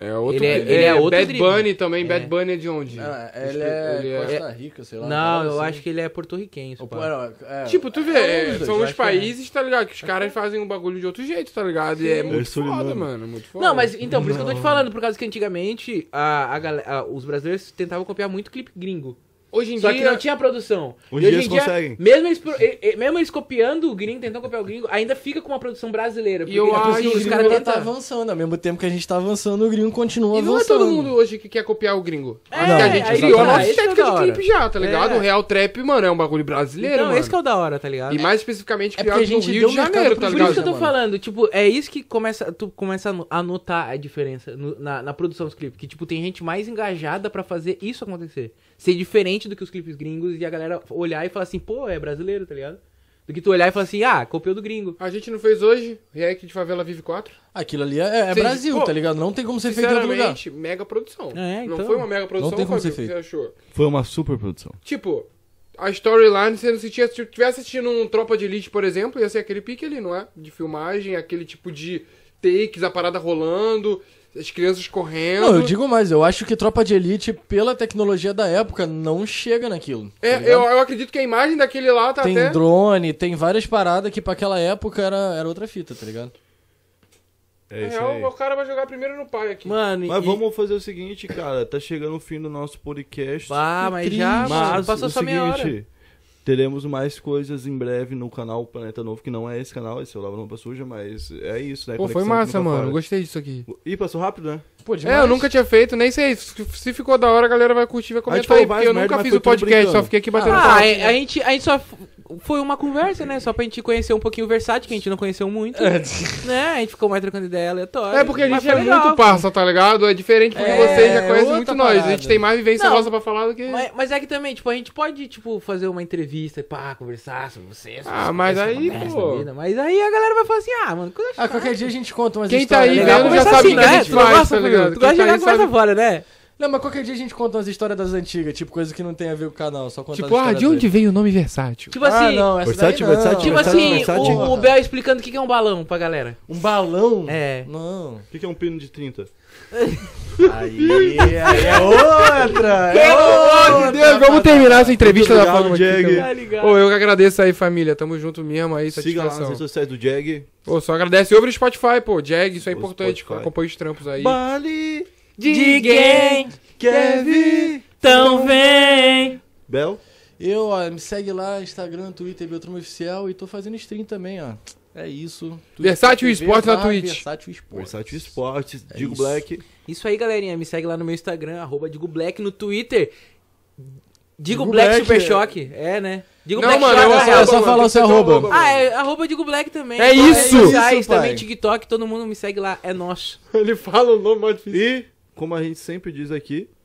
É outro
Ele é-
drible.
ele é outro
Bad
drible.
Bunny também, Bad
É.
Bunny é de onde?
Ah, ele é
Ele é-
Costa Rica, sei lá.
Não, eu acho que ele é porto-riquenho. isso, pá.
Tipo, tu vê,
É,
é,
eu
são
acho
os
que é.
países, tá ligado? Que os caras fazem um bagulho de outro jeito, tá ligado? E é muito
Suriname.
foda, mano, muito foda.
Não, mas então, por isso que eu tô te falando, por causa que antigamente a, a, gale- a- os brasileiros tentavam copiar muito clipe gringo.
Hoje em
Só que
dia...
não tinha produção.
Hoje
E
eles conseguem.
Mesmo eles, pro- e- e- mesmo eles copiando o gringo, tentando copiar o gringo, ainda fica com uma produção brasileira. porque
eu
é
acho
possível,
que
os
o
caras
gringo
tá
tentam.
avançando. Ao mesmo tempo que a gente tá avançando, o gringo continua
E não é
avançando.
todo mundo hoje que quer copiar o gringo.
É,
Acho que a gente
aí
criou a
tá,
nossa
esse que é
estética
da
de
hora.
clipe já, tá ligado?
É.
O real trap, mano, é um bagulho brasileiro,
Então,
mano.
esse que é o da hora, tá ligado?
E mais especificamente
É porque
criado
a gente
no Rio
deu
de
mercado
Janeiro,
pra
tá
Por isso
ligado?
que eu tô
mano?
falando, tipo, é isso que começa, tu começa a no- a notar a diferença no- na, na produção dos clipes. Que, tipo, tem gente mais engajada pra fazer isso acontecer. Ser diferente do que os clipes gringos e a galera olhar e falar assim, pô, é brasileiro, tá ligado? Do que tu olhar e falar assim, ah, copiou do gringo.
A gente não fez hoje React de Favela Vive 4?
Aquilo ali é, é
Sim,
Brasil,
pô,
tá ligado? Não tem como ser feito em outro lugar.
Sinceramente, mega produção.
É, então.
Não foi uma mega produção,
Não tem como
Fábio,
ser
o que Você achou?
Foi uma super produção.
Tipo, a storyline, se você tinha- se tivesse assistindo um Tropa de Elite, por exemplo, ia ser aquele pique ali, não é? De filmagem, aquele tipo de takes, a parada rolando, as crianças correndo.
Não, eu digo mais, eu acho que Tropa de Elite, pela tecnologia da época, não chega naquilo. tá
É,
ligado?
eu, eu acredito que a imagem daquele lá tá
Tem
até...
drone, tem várias paradas que pra aquela época era, era outra fita, tá ligado?
É isso
Na real,
aí.
o cara vai jogar primeiro no pai aqui.
Mano,
Mas
e-
vamos fazer o seguinte, cara. Tá chegando o fim do nosso podcast.
Ah, mas
Triste.
já, mano,
Mas
passou
o
só
seguinte,
meia hora.
teremos mais coisas em breve no canal Planeta Novo, que não é esse canal, esse é o Lava Roupa Suja, mas é isso, né?
Pô,
Conexão
foi
que
massa,
nunca
mano.
falha.
Gostei disso aqui.
Ih, passou rápido, né?
Pô,
É, eu nunca tinha feito, nem sei. Se se ficou da hora, a galera vai curtir, vai comentar
falou
aí, porque
várias
eu
tipo, merda,
nunca
mas
fiz
foi
o
tudo
podcast,
brincando.
só fiei aqui batendo
Ah,
papo.
a, a gente, a gente só. f- Foi uma conversa, né? Só pra gente conhecer um pouquinho o Versace, que a gente não conheceu muito. Né? A gente ficou mais trocando ideia aleatória.
É porque a
mas
gente
foi
é
legal.
muito parça, tá ligado? É diferente porque
É,
vocês já conhecem
outra
muito nós. A
parada.
gente tem mais vivência
Não,
nossa pra falar do que.
Mas, mas é que também, tipo, a gente pode, tipo, fazer uma entrevista e pá, conversar sobre vocês.
Ah,
sobre
mas
essa
aí,
conversa
pô.
da vida. Mas aí a galera vai falar assim, ah, mano, coisa
Ah, qualquer dia a gente conta umas
Quem tá
histórias.
aí
legais.
vendo já
conversar
sabe o que a
né?
gente
Tu não
faz,
gosta,
tá ligado?
Fabio? Tu
Quem
gosta de
tá aí
jogar conversa
sabe-
fora, né?
Não, mas qualquer dia a gente conta umas histórias das antigas, tipo, coisa que não tem a ver com o canal, só conta
Tipo, ah, de onde veio o nome Versátil?
Tipo assim,
ah, não, essa daí
Versátil,
não.
Versátil,
tipo
Versátil,
assim,
Versátil.
o, o Bel explicando o que que é um balão pra galera.
Um balão?
É.
Não.
O que que é um pino de 30?
Aí, aí é outra! É outra!
Deus, vamos terminar essa entrevista
Muito
da
obrigado,
forma
Diego.
que
Tá
ligado?
Ô, eu que agradeço aí, família. Tamo junto mesmo aí,
Siga lá nas
satisfação.
redes sociais do Jag.
Ô, só agradece. E ouve no Spotify, pô. Jag, isso é
O
importante.
Spotify.
Acompanha os trampos aí.
Bali,
Ninguém
Kevin,
tão vem.
Bel.
Eu, ó, me segue lá, Instagram, Twitter, Beltrame Oficial e tô fazendo stream também, ó. É isso.
Versátil Esportes na
barra
Twitch.
Versátil Esportes.
Versátil Esportes,
É
Digo
isso.
Black.
Isso aí, galerinha. Me segue lá no meu Instagram, arroba Digo Black, no Twitter. Digo,
Digo
Black,
Black,
Super
é.
Choque. É, né? Digo
Não, mano,
Choque,
eu
na
sou-
real.
É só
mano,
falar o
tem que
seu
ser
arroba.
arroba, mano.
Ah, é arroba Digo Black também.
É
Então,
isso!
redes sociais,
Isso, pai.
também TikTok, todo mundo me segue lá, é nosso.
Ele fala o nome mais difícil.
E, como a gente sempre diz aqui,